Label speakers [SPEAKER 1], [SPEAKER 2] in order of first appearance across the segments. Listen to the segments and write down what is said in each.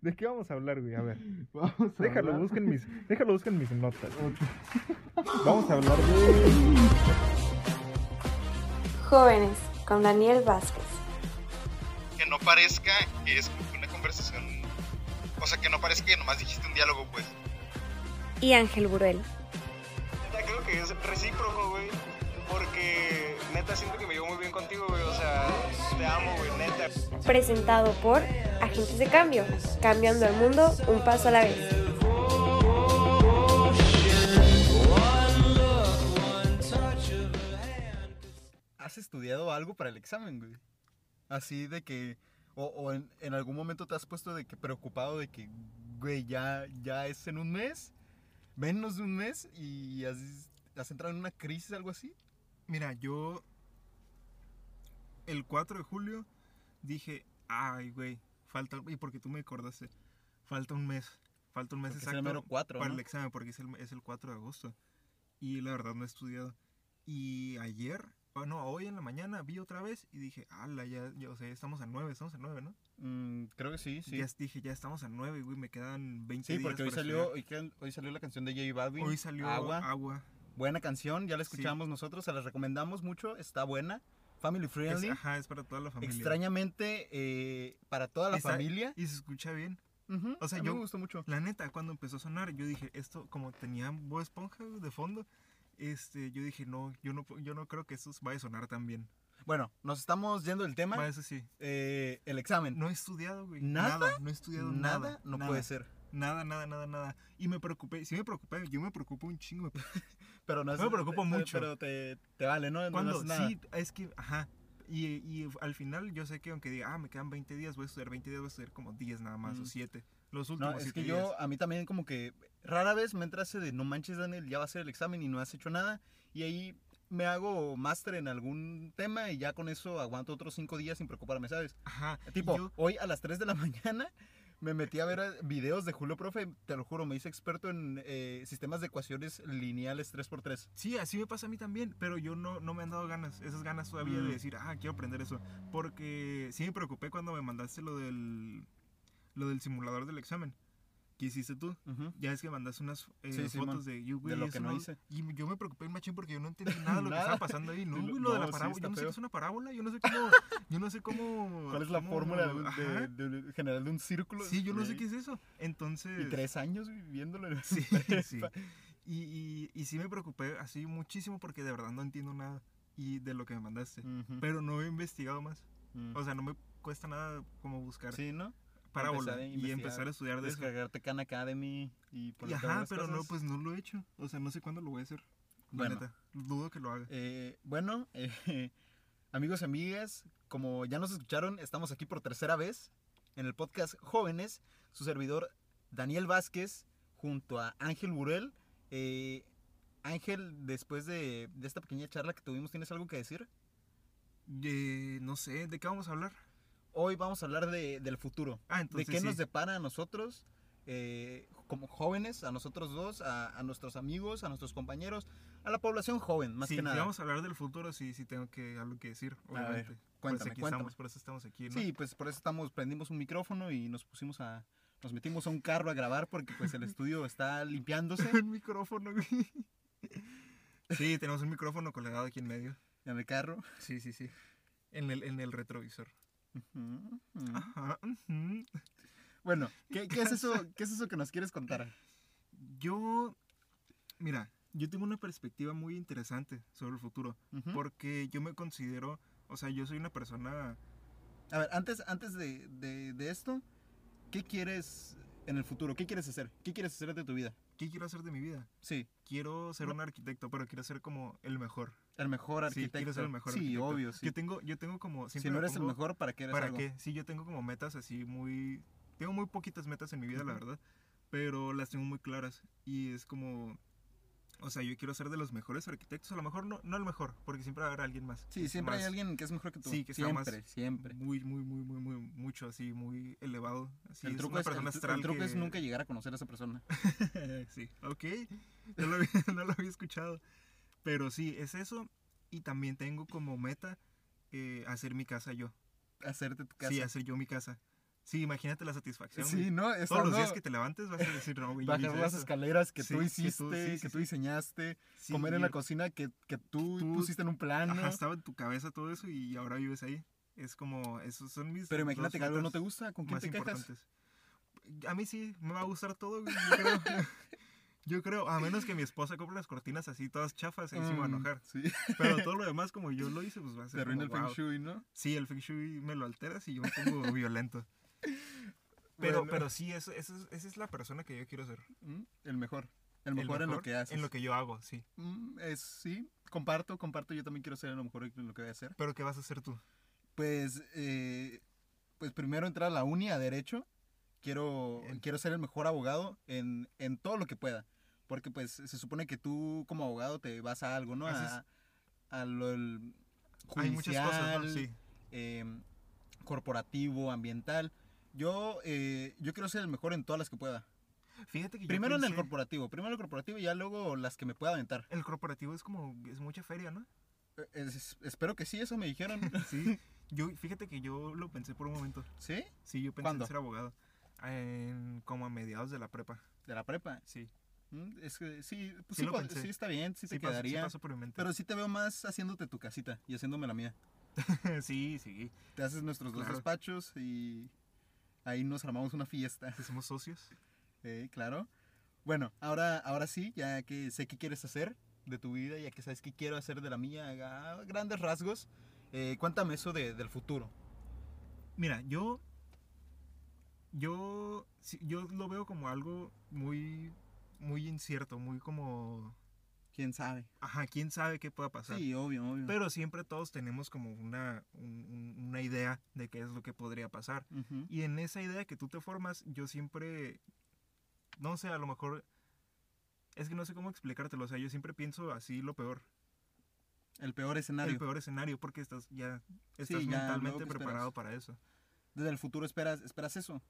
[SPEAKER 1] ¿De qué vamos a hablar, güey? A ver.
[SPEAKER 2] Vamos a
[SPEAKER 1] Déjalo,
[SPEAKER 2] hablar.
[SPEAKER 1] busquen mis, déjalo, busquen mis notas. Vamos a hablar de...
[SPEAKER 3] Jóvenes con Daniel Vázquez.
[SPEAKER 4] que no parezca que es como que una conversación. O sea, que no parezca que nomás dijiste un diálogo, pues.
[SPEAKER 5] y Ángel Buruel.
[SPEAKER 6] Neta, creo que es recíproco, güey. Porque neta siento que me llevo muy bien contigo, güey. O sea, te amo, güey, neta.
[SPEAKER 5] Presentado por Agentes de Cambio, cambiando el mundo un paso a la vez.
[SPEAKER 7] ¿Has estudiado algo para el examen, güey? Así de que, o, o en, en algún momento te has puesto de que preocupado de que, güey, ya, ya es en un mes, menos de un mes y has, has entrado en una crisis, algo
[SPEAKER 2] Pues
[SPEAKER 7] así.
[SPEAKER 2] Mira, yo el 4 de julio dije, ay, güey, falta, y porque tú me acordaste, falta un mes, falta un mes
[SPEAKER 7] Porque es el
[SPEAKER 2] exacto
[SPEAKER 7] mero 4,
[SPEAKER 2] para
[SPEAKER 7] ¿no?
[SPEAKER 2] el examen, porque es el, es el 4 de agosto. Y la verdad no he estudiado. Y ayer, o no, hoy en la mañana vi otra vez y dije, ala, ya, ya, o sea, ya estamos a 9, estamos a 9, ¿no?
[SPEAKER 7] Mm, creo que sí, sí.
[SPEAKER 2] Ya dije, ya estamos a 9, güey, me quedan 20
[SPEAKER 7] Sí,
[SPEAKER 2] días
[SPEAKER 7] porque hoy
[SPEAKER 2] para
[SPEAKER 7] salió,
[SPEAKER 2] estudiar".
[SPEAKER 7] hoy, que- hoy salió la canción de J Balvin.
[SPEAKER 2] Hoy salió
[SPEAKER 7] Agua.
[SPEAKER 2] agua.
[SPEAKER 7] Buena canción, ya la
[SPEAKER 2] Sí.
[SPEAKER 7] escuchamos nosotros, se la recomendamos mucho, está buena. Family
[SPEAKER 2] Es-
[SPEAKER 7] friendly.
[SPEAKER 2] ajá, es para toda la familia.
[SPEAKER 7] Extrañamente eh, para toda la
[SPEAKER 2] Está-
[SPEAKER 7] familia.
[SPEAKER 2] Y se escucha bien.
[SPEAKER 7] Ujú,
[SPEAKER 2] o sea,
[SPEAKER 7] a mí
[SPEAKER 2] yo-
[SPEAKER 7] me gustó mucho.
[SPEAKER 2] La neta, cuando empezó a sonar, yo dije, esto, como tenía voz esponja güey, de fondo, este, yo dije, no, yo no, pu- yo no creo que esto vaya a sonar tan bien.
[SPEAKER 7] Bueno, nos estamos yendo del tema.
[SPEAKER 2] Va, eso sí.
[SPEAKER 7] eh, el examen.
[SPEAKER 2] No he estudiado, güey.
[SPEAKER 7] ¿Nada?
[SPEAKER 2] No he estudiado nada.
[SPEAKER 7] nada, no puede ser.
[SPEAKER 2] Nada, nada, nada, nada. Y me preocupé, sí me preocupé, yo me preocupo un chingo. me-
[SPEAKER 7] Pero no, es-
[SPEAKER 2] Me preocupo
[SPEAKER 7] te-
[SPEAKER 2] mucho.
[SPEAKER 7] Pero te, te vale, ¿no? No
[SPEAKER 2] Cuando,
[SPEAKER 7] haces nada.
[SPEAKER 2] sí, es que, ajá. Y, y al final yo sé que aunque diga, ah, me quedan 20 días, voy a estudiar 20 días, voy a estudiar como 10 nada más, o
[SPEAKER 7] Mm.
[SPEAKER 2] 7. Los
[SPEAKER 7] No,
[SPEAKER 2] últimos
[SPEAKER 7] es
[SPEAKER 2] siete
[SPEAKER 7] que
[SPEAKER 2] días.
[SPEAKER 7] yo, a mí también como que rara vez me entra ese de no manches, Daniel, ya va a ser el examen y no has hecho nada. Y ahí me hago máster en algún tema y ya con eso aguanto otros cinco días sin preocuparme, ¿sabes?
[SPEAKER 2] Ajá. y
[SPEAKER 7] Tipo,
[SPEAKER 2] yo-
[SPEAKER 7] hoy a las 3 de la mañana me metí a ver eh, videos de Julio Profe, te lo juro, me hice experto en eh, sistemas de ecuaciones lineales 3x3.
[SPEAKER 2] Sí, así me pasa a mí también, pero yo no, no me han dado ganas, esas ganas todavía
[SPEAKER 7] Mm.
[SPEAKER 2] de decir, ah, quiero aprender eso. Porque sí me preocupé cuando me mandaste lo del, lo del simulador del examen. ¿Qué hiciste tú? Ya es que mandaste unas eh,
[SPEAKER 7] Sí, sí,
[SPEAKER 2] fotos de, yo, güey,
[SPEAKER 7] lo
[SPEAKER 2] eso
[SPEAKER 7] que no hice.
[SPEAKER 2] Y yo me preocupé, machín, porque yo no entendí nada de lo que
[SPEAKER 7] Nada.
[SPEAKER 2] estaba pasando ahí. No,
[SPEAKER 7] De lo-
[SPEAKER 2] güey, lo de la
[SPEAKER 7] no, sí,
[SPEAKER 2] parábola.
[SPEAKER 7] está
[SPEAKER 2] yo no sé qué
[SPEAKER 7] feo.
[SPEAKER 2] es una parábola. Yo no sé cómo. yo no sé cómo.
[SPEAKER 7] ¿Cuál es la
[SPEAKER 2] cómo-
[SPEAKER 7] fórmula de-
[SPEAKER 2] ajá.
[SPEAKER 7] de, de- general de un círculo?
[SPEAKER 2] Sí, yo no sé
[SPEAKER 7] Y-
[SPEAKER 2] qué es eso. Entonces.
[SPEAKER 7] Y tres años viviéndolo en
[SPEAKER 2] Sí,
[SPEAKER 7] prepa.
[SPEAKER 2] sí. Y, y, y sí me preocupé así muchísimo porque de verdad no entiendo nada y de lo que me mandaste.
[SPEAKER 7] Ujú.
[SPEAKER 2] Pero no he investigado más.
[SPEAKER 7] Mm.
[SPEAKER 2] O sea, no me cuesta nada como buscar
[SPEAKER 7] sí, ¿no?
[SPEAKER 2] parábola
[SPEAKER 7] empezar a
[SPEAKER 2] y
[SPEAKER 7] investigar,
[SPEAKER 2] empezar a estudiar de eso.
[SPEAKER 7] Descargarte Khan Academy y
[SPEAKER 2] Y
[SPEAKER 7] ponerte a ver
[SPEAKER 2] ajá,
[SPEAKER 7] las
[SPEAKER 2] pero no,
[SPEAKER 7] cosas.
[SPEAKER 2] pues no lo he hecho. O sea, no sé cuándo lo voy a hacer. La
[SPEAKER 7] Bueno.
[SPEAKER 2] neta, dudo que lo haga.
[SPEAKER 7] Eh, bueno, eh, amigos y amigas, como ya nos escucharon, estamos aquí por tercera vez en el podcast Jóvenes. Su servidor Daniel Vázquez junto a Ángel Burel. Eh, Ángel, después de, de esta pequeña charla que tuvimos, ¿tienes algo que decir?
[SPEAKER 2] Eh, no sé, ¿de qué vamos a hablar?
[SPEAKER 7] Hoy vamos a hablar de- del futuro.
[SPEAKER 2] Ah, entonces
[SPEAKER 7] de qué
[SPEAKER 2] sí.
[SPEAKER 7] nos depara a nosotros eh, como jóvenes, a nosotros dos, a, a nuestros amigos, a nuestros compañeros, a la población joven, más
[SPEAKER 2] Sí,
[SPEAKER 7] que
[SPEAKER 2] si
[SPEAKER 7] nada.
[SPEAKER 2] vamos a hablar del futuro, sí, sí tengo que algo que decir,
[SPEAKER 7] ver,
[SPEAKER 2] obviamente. Por eso
[SPEAKER 7] cuéntame,
[SPEAKER 2] pues, aquí
[SPEAKER 7] cuéntame.
[SPEAKER 2] estamos, por eso estamos aquí, ¿no?
[SPEAKER 7] Sí, pues por eso estamos, prendimos un micrófono y nos pusimos a, nos metimos a un carro a grabar porque pues el estudio está limpiándose.
[SPEAKER 2] un micrófono, güey. Sí, tenemos un micrófono colgado aquí en medio.
[SPEAKER 7] En el carro.
[SPEAKER 2] Sí, sí, sí. En el, en el retrovisor.
[SPEAKER 7] Ujú, ujú.
[SPEAKER 2] Ajá. ujú.
[SPEAKER 7] Ah. Bueno, ¿qué, qué es eso, ¿qué es eso que nos quieres contar?
[SPEAKER 2] Yo, mira, yo tengo una perspectiva muy interesante sobre el futuro.
[SPEAKER 7] Ujú.
[SPEAKER 2] Porque yo me considero, o sea, yo soy una persona...
[SPEAKER 7] A ver, antes, antes de, de- de esto, ¿qué quieres en el futuro? ¿Qué quieres hacer? ¿Qué quieres hacer de tu vida?
[SPEAKER 2] ¿Qué quiero hacer de mi vida?
[SPEAKER 7] Sí,
[SPEAKER 2] Quiero ser un arquitecto, pero quiero ser como el mejor.
[SPEAKER 7] el mejor
[SPEAKER 2] Sí,
[SPEAKER 7] arquitecto.
[SPEAKER 2] quiero ser el mejor
[SPEAKER 7] Sí,
[SPEAKER 2] arquitecto.
[SPEAKER 7] obvio, sí.
[SPEAKER 2] Yo tengo, yo tengo como...
[SPEAKER 7] si no
[SPEAKER 2] me
[SPEAKER 7] eres
[SPEAKER 2] pongo-
[SPEAKER 7] el mejor, ¿para qué eres
[SPEAKER 2] ¿Para
[SPEAKER 7] algo?
[SPEAKER 2] qué? Sí, yo tengo como metas así muy... Tengo muy poquitas metas en mi vida, la
[SPEAKER 7] Ujú.
[SPEAKER 2] verdad. Pero las tengo muy claras. Y es como... O sea, yo quiero ser de los mejores arquitectos. A lo mejor no, no el mejor, porque siempre habrá alguien más.
[SPEAKER 7] Sí, siempre hay
[SPEAKER 2] más
[SPEAKER 7] alguien que es mejor que tú.
[SPEAKER 2] Sí, que está
[SPEAKER 7] siempre,
[SPEAKER 2] más-
[SPEAKER 7] siempre.
[SPEAKER 2] Muy, muy, muy, muy, muy, mucho así, muy elevado. Así,
[SPEAKER 7] el
[SPEAKER 2] es
[SPEAKER 7] truco,
[SPEAKER 2] una
[SPEAKER 7] es, el
[SPEAKER 2] persona
[SPEAKER 7] tru- el
[SPEAKER 2] astral
[SPEAKER 7] truco
[SPEAKER 2] que-
[SPEAKER 7] es nunca llegar a conocer a esa persona.
[SPEAKER 2] sí, ok. No lo, había, no lo había escuchado. Pero sí, es eso. Y también tengo como meta eh, hacer mi casa yo.
[SPEAKER 7] Hacerte tu casa.
[SPEAKER 2] Sí, hacer yo mi casa. Sí, imagínate la satisfacción.
[SPEAKER 7] Sí,
[SPEAKER 2] güey.
[SPEAKER 7] ¿no?
[SPEAKER 2] Todos los
[SPEAKER 7] Estando-
[SPEAKER 2] días que te levantes vas a decir, no, güey, yo
[SPEAKER 7] Bajar
[SPEAKER 2] hice
[SPEAKER 7] las
[SPEAKER 2] esto".
[SPEAKER 7] escaleras que
[SPEAKER 2] Sí,
[SPEAKER 7] tú
[SPEAKER 2] que tú-
[SPEAKER 7] hiciste, que tú,
[SPEAKER 2] sí, sí, sí.
[SPEAKER 7] diseñaste,
[SPEAKER 2] Sí,
[SPEAKER 7] comer en
[SPEAKER 2] y
[SPEAKER 7] la
[SPEAKER 2] el-
[SPEAKER 7] cocina que, que tú,
[SPEAKER 2] tú-
[SPEAKER 7] pusiste en un plano.
[SPEAKER 2] Ajá, estaba en tu cabeza todo eso y ahora vives ahí. Es como, esos son mis.
[SPEAKER 7] Pero
[SPEAKER 2] dos
[SPEAKER 7] imagínate que algo no
[SPEAKER 2] metas
[SPEAKER 7] te gusta, ¿con quién
[SPEAKER 2] más
[SPEAKER 7] te quejas?
[SPEAKER 2] importantes. A mí sí, me va a gustar todo, güey, yo creo. Yo creo, a menos que mi esposa compre las cortinas así todas chafas, ahí sí me va a
[SPEAKER 7] Mm,
[SPEAKER 2] enojar.
[SPEAKER 7] Sí,
[SPEAKER 2] Pero todo lo demás, como yo lo hice, pues va a ser.
[SPEAKER 7] te arruina el
[SPEAKER 2] como,
[SPEAKER 7] feng
[SPEAKER 2] "Wow".
[SPEAKER 7] shui, ¿no?
[SPEAKER 2] Sí, el feng shui me lo alteras y yo me pongo violento. Pero,
[SPEAKER 7] Bueno.
[SPEAKER 2] pero sí, eso, eso es- esa es la persona que yo quiero ser.
[SPEAKER 7] Mm, El mejor. El mejor, en lo que haces.
[SPEAKER 2] En lo que yo hago, sí.
[SPEAKER 7] Mm, es, sí, comparto, comparto. Yo también quiero ser lo mejor en lo que voy a hacer.
[SPEAKER 2] Pero ¿qué vas a hacer tú?
[SPEAKER 7] Pues, eh, pues primero entrar a la uni a derecho. Quiero,
[SPEAKER 2] Bien.
[SPEAKER 7] quiero ser el mejor abogado en, en todo lo que pueda. Porque pues se supone que tú como abogado te vas a algo, ¿no?
[SPEAKER 2] Haces-
[SPEAKER 7] A, a lo el
[SPEAKER 2] Hay muchas cosas, ¿no?
[SPEAKER 7] judicial,
[SPEAKER 2] Sí.
[SPEAKER 7] eh, corporativo, ambiental. Yo, eh, yo quiero ser el mejor en todas las que pueda.
[SPEAKER 2] Fíjate que yo
[SPEAKER 7] Primero en el
[SPEAKER 2] pensé-
[SPEAKER 7] corporativo, primero en el corporativo y ya luego las que me pueda aventar.
[SPEAKER 2] El corporativo es como, es mucha feria, ¿no?
[SPEAKER 7] Eh, es- espero que sí, eso me dijeron.
[SPEAKER 2] Sí. Yo, fíjate que yo lo pensé por un momento.
[SPEAKER 7] ¿Sí?
[SPEAKER 2] Sí, yo pensé
[SPEAKER 7] ¿Cuándo?
[SPEAKER 2] en ser abogado. En- como a mediados de la prepa.
[SPEAKER 7] De la prepa.
[SPEAKER 2] Sí.
[SPEAKER 7] Mm, Es que sí, pues
[SPEAKER 2] Sí
[SPEAKER 7] sí,
[SPEAKER 2] lo
[SPEAKER 7] pod-
[SPEAKER 2] pensé.
[SPEAKER 7] sí está bien, sí,
[SPEAKER 2] Sí,
[SPEAKER 7] te
[SPEAKER 2] pasó- sí
[SPEAKER 7] quedaría.
[SPEAKER 2] pasó por mi mente.
[SPEAKER 7] pero sí te veo más haciéndote tu casita y haciéndome la mía.
[SPEAKER 2] sí, sí.
[SPEAKER 7] Te haces nuestros dos
[SPEAKER 2] Claro.
[SPEAKER 7] despachos y ahí nos armamos una fiesta.
[SPEAKER 2] Que somos socios.
[SPEAKER 7] Eh, claro. Bueno, ahora, ahora sí, ya que sé qué quieres hacer de tu vida, ya que sabes qué quiero hacer de la mía a grandes rasgos, eh, cuéntame eso de- del futuro.
[SPEAKER 2] Mira, yo. Yo. sí, Yo lo veo como algo muy. Muy incierto, muy como.
[SPEAKER 7] ¿Quién sabe?
[SPEAKER 2] Ajá, quién sabe qué pueda pasar.
[SPEAKER 7] Sí, obvio, obvio.
[SPEAKER 2] Pero siempre todos tenemos como una, un- un- una idea de qué es lo que podría pasar.
[SPEAKER 7] Ujú.
[SPEAKER 2] Y en esa idea que tú te formas, yo siempre, no sé, a lo mejor, es que no sé cómo explicártelo, o sea, yo siempre pienso así lo peor,
[SPEAKER 7] El peor escenario.
[SPEAKER 2] el peor escenario, porque estás ya estás
[SPEAKER 7] ya, luego
[SPEAKER 2] mentalmente
[SPEAKER 7] que esperas.
[SPEAKER 2] preparado para eso.
[SPEAKER 7] Desde el futuro esperas, esperas eso.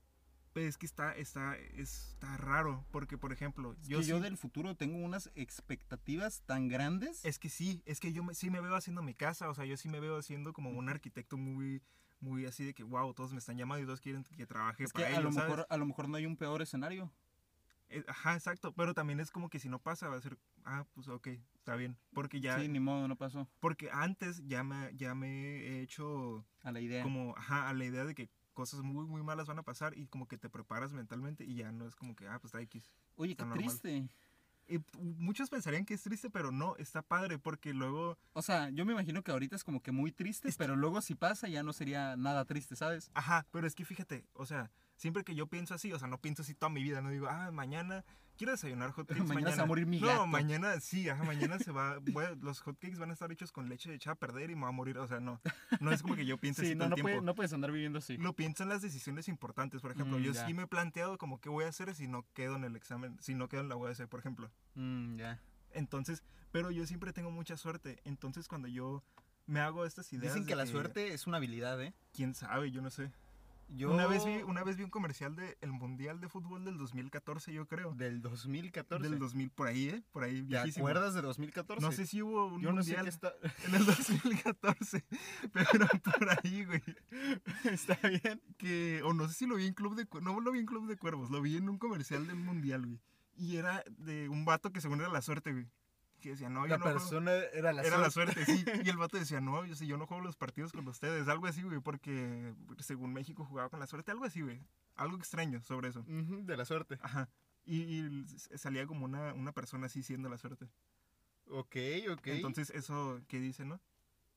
[SPEAKER 2] Pero es que está, está, está raro, porque por ejemplo,
[SPEAKER 7] Es
[SPEAKER 2] yo,
[SPEAKER 7] que yo
[SPEAKER 2] sí-
[SPEAKER 7] del futuro tengo unas expectativas tan grandes.
[SPEAKER 2] es que sí, es que yo me- sí me veo haciendo mi casa, o sea, yo sí me veo haciendo como un arquitecto muy, muy así de que, wow, todos me están llamando y todos quieren que trabaje
[SPEAKER 7] Es que
[SPEAKER 2] para
[SPEAKER 7] a lo,
[SPEAKER 2] ellos, ¿sabes?
[SPEAKER 7] mejor, a lo mejor no hay un peor escenario.
[SPEAKER 2] Eh, Ajá, exacto. Pero también es como que si no pasa, va a ser, ah, pues ok, está bien. Porque ya,
[SPEAKER 7] Sí, ni modo, no pasó.
[SPEAKER 2] porque antes ya me, ya me he hecho
[SPEAKER 7] A la idea.
[SPEAKER 2] como, ajá, a la idea de que cosas muy, muy malas van a pasar y como que te preparas mentalmente y ya no es como que, ah, pues está X.
[SPEAKER 7] Oye, qué
[SPEAKER 2] tan normal.
[SPEAKER 7] triste.
[SPEAKER 2] Y p- muchos pensarían que es triste, pero no, está padre porque luego,
[SPEAKER 7] O sea, yo me imagino que ahorita es como que muy triste, pero luego si pasa ya no sería nada triste, ¿sabes?
[SPEAKER 2] ajá, pero es que fíjate, o sea, siempre que yo pienso así, o sea, no pienso así toda mi vida, no digo, ah, mañana quiero desayunar hotcakes.
[SPEAKER 7] Mañana se va a morir mi
[SPEAKER 2] no,
[SPEAKER 7] gato.
[SPEAKER 2] mañana sí, ajá, mañana se va, voy a- los hotcakes van a estar hechos con leche echada a perder y me va a morir, o sea, no, no es como que yo piense
[SPEAKER 7] Sí,
[SPEAKER 2] así
[SPEAKER 7] no,
[SPEAKER 2] todo
[SPEAKER 7] no,
[SPEAKER 2] el tiempo.
[SPEAKER 7] puede- no puedes andar viviendo así.
[SPEAKER 2] Lo pienso en las decisiones importantes, por ejemplo,
[SPEAKER 7] Mm,
[SPEAKER 2] yo
[SPEAKER 7] ya.
[SPEAKER 2] sí me he planteado como qué voy a hacer si no quedo en el examen, si no quedo en la UAS, por ejemplo.
[SPEAKER 7] Mm, ya.
[SPEAKER 2] Entonces, pero yo siempre tengo mucha suerte, entonces cuando yo me hago estas ideas...
[SPEAKER 7] Dicen
[SPEAKER 2] de
[SPEAKER 7] que la suerte es una habilidad, ¿eh?
[SPEAKER 2] Quién sabe, yo no sé.
[SPEAKER 7] Yo
[SPEAKER 2] Una, vez vi, una vez vi un comercial del Mundial de Fútbol del 2014, yo creo.
[SPEAKER 7] del 2014.
[SPEAKER 2] Del 2000, por ahí, ¿eh? Por ahí,
[SPEAKER 7] ¿Te
[SPEAKER 2] viejísimo.
[SPEAKER 7] acuerdas de 2014?
[SPEAKER 2] No sé si hubo un
[SPEAKER 7] Yo no sé
[SPEAKER 2] Mundial
[SPEAKER 7] qué está
[SPEAKER 2] en el 2014, pero por ahí, güey.
[SPEAKER 7] está bien.
[SPEAKER 2] Que, o no sé si lo vi en Club de Cuervos, no lo vi en Club de Cuervos, lo vi en un comercial del Mundial, güey. Y era de un vato que según era la suerte, güey. Que decía, no, yo
[SPEAKER 7] La
[SPEAKER 2] no juego-
[SPEAKER 7] persona era la
[SPEAKER 2] Era la
[SPEAKER 7] suerte.
[SPEAKER 2] suerte, sí. Y el vato decía, no, yo, si yo no juego los partidos con ustedes, algo así, güey, porque según México jugaba con la suerte, algo así, güey. Algo extraño sobre eso.
[SPEAKER 7] Ujú, de la suerte.
[SPEAKER 2] Ajá. Y, y s- salía como una, una persona así siendo la suerte.
[SPEAKER 7] Ok, ok.
[SPEAKER 2] Entonces, eso que dice, ¿no?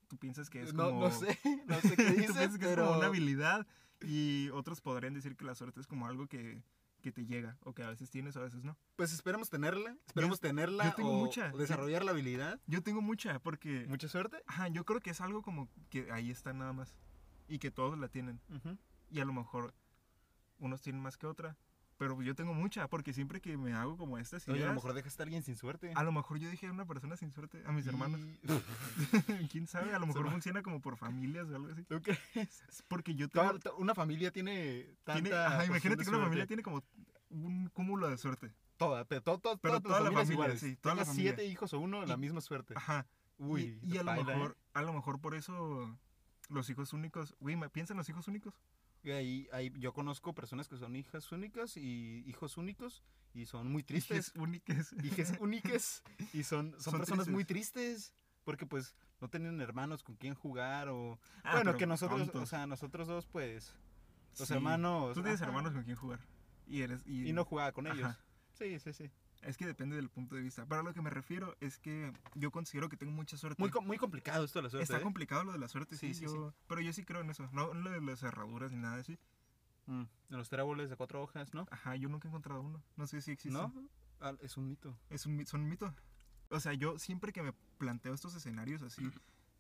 [SPEAKER 2] Tú piensas que es
[SPEAKER 7] no,
[SPEAKER 2] como.
[SPEAKER 7] no sé, no sé qué
[SPEAKER 2] tú
[SPEAKER 7] dices,
[SPEAKER 2] piensas que es
[SPEAKER 7] pero...
[SPEAKER 2] como una habilidad y otros podrían decir que la suerte es como algo que, que te llega o que a veces tienes, a veces no.
[SPEAKER 7] Pues esperemos tenerla, esperemos tenerla
[SPEAKER 2] yo tengo
[SPEAKER 7] o
[SPEAKER 2] mucha.
[SPEAKER 7] desarrollar la habilidad.
[SPEAKER 2] Yo tengo mucha porque.
[SPEAKER 7] Mucha suerte.
[SPEAKER 2] Ajá, yo creo que es algo como que ahí está nada más y que todos la tienen. y a lo mejor unos tienen más que otra. Pero yo tengo mucha, porque siempre que me hago como estas
[SPEAKER 7] Oye,
[SPEAKER 2] ideas,
[SPEAKER 7] a lo mejor dejaste a alguien sin suerte.
[SPEAKER 2] yo dije a una persona sin suerte, a mis hermanos.
[SPEAKER 7] Y-
[SPEAKER 2] ¿Quién sabe? A lo mejor
[SPEAKER 7] va.
[SPEAKER 2] funciona como por familias o algo así.
[SPEAKER 7] ¿Tú crees?
[SPEAKER 2] Es porque yo tengo...
[SPEAKER 7] Toda- to- Una familia tiene tanta.
[SPEAKER 2] tiene- ajá,
[SPEAKER 7] porción
[SPEAKER 2] imagínate
[SPEAKER 7] de
[SPEAKER 2] que una familia
[SPEAKER 7] suerte.
[SPEAKER 2] tiene como un cúmulo de suerte.
[SPEAKER 7] Toda, pero, to- to-
[SPEAKER 2] Pero
[SPEAKER 7] todas
[SPEAKER 2] toda la
[SPEAKER 7] las familias
[SPEAKER 2] familia,
[SPEAKER 7] iguales.
[SPEAKER 2] sí, toda la
[SPEAKER 7] Tengas
[SPEAKER 2] familia.
[SPEAKER 7] siete hijos o uno, la
[SPEAKER 2] Y-
[SPEAKER 7] misma suerte.
[SPEAKER 2] Ajá.
[SPEAKER 7] Uy,
[SPEAKER 2] y, y a, lo
[SPEAKER 7] paila, ¿eh?
[SPEAKER 2] mejor, a lo mejor por eso los hijos únicos... Güey, ma- piensa en los hijos únicos.
[SPEAKER 7] Y ahí, ahí yo conozco personas que son hijas únicas y hijos únicos y son muy tristes.
[SPEAKER 2] Hijes únicas.
[SPEAKER 7] Hijes únicas y son, son,
[SPEAKER 2] Son
[SPEAKER 7] personas muy tristes porque pues no tienen hermanos con quien jugar o...
[SPEAKER 2] Ah,
[SPEAKER 7] bueno,
[SPEAKER 2] pero
[SPEAKER 7] que nosotros, o
[SPEAKER 2] tontos.
[SPEAKER 7] sea, nosotros dos pues... Los
[SPEAKER 2] Sí.
[SPEAKER 7] hermanos...
[SPEAKER 2] Tú tienes
[SPEAKER 7] ajá,
[SPEAKER 2] hermanos con quien jugar. Y eres. Y,
[SPEAKER 7] Y no jugaba con
[SPEAKER 2] Ajá.
[SPEAKER 7] ellos. Sí, sí, sí.
[SPEAKER 2] Es que depende del punto de vista. Para lo que me refiero es que yo considero que tengo mucha suerte.
[SPEAKER 7] Muy, com- muy complicado esto de la suerte.
[SPEAKER 2] Está
[SPEAKER 7] ¿eh?
[SPEAKER 2] complicado lo de la suerte, sí,
[SPEAKER 7] Sí, sí,
[SPEAKER 2] yo- Pero yo sí creo en eso. No, no lo de las cerraduras ni nada así.
[SPEAKER 7] Mm, de los tréboles de cuatro hojas, ¿no?
[SPEAKER 2] Ajá, yo nunca he encontrado uno. No sé si existe.
[SPEAKER 7] ¿No? Ah, es un mito.
[SPEAKER 2] Es un, mi- son un mito. O sea, yo siempre que me planteo estos escenarios así,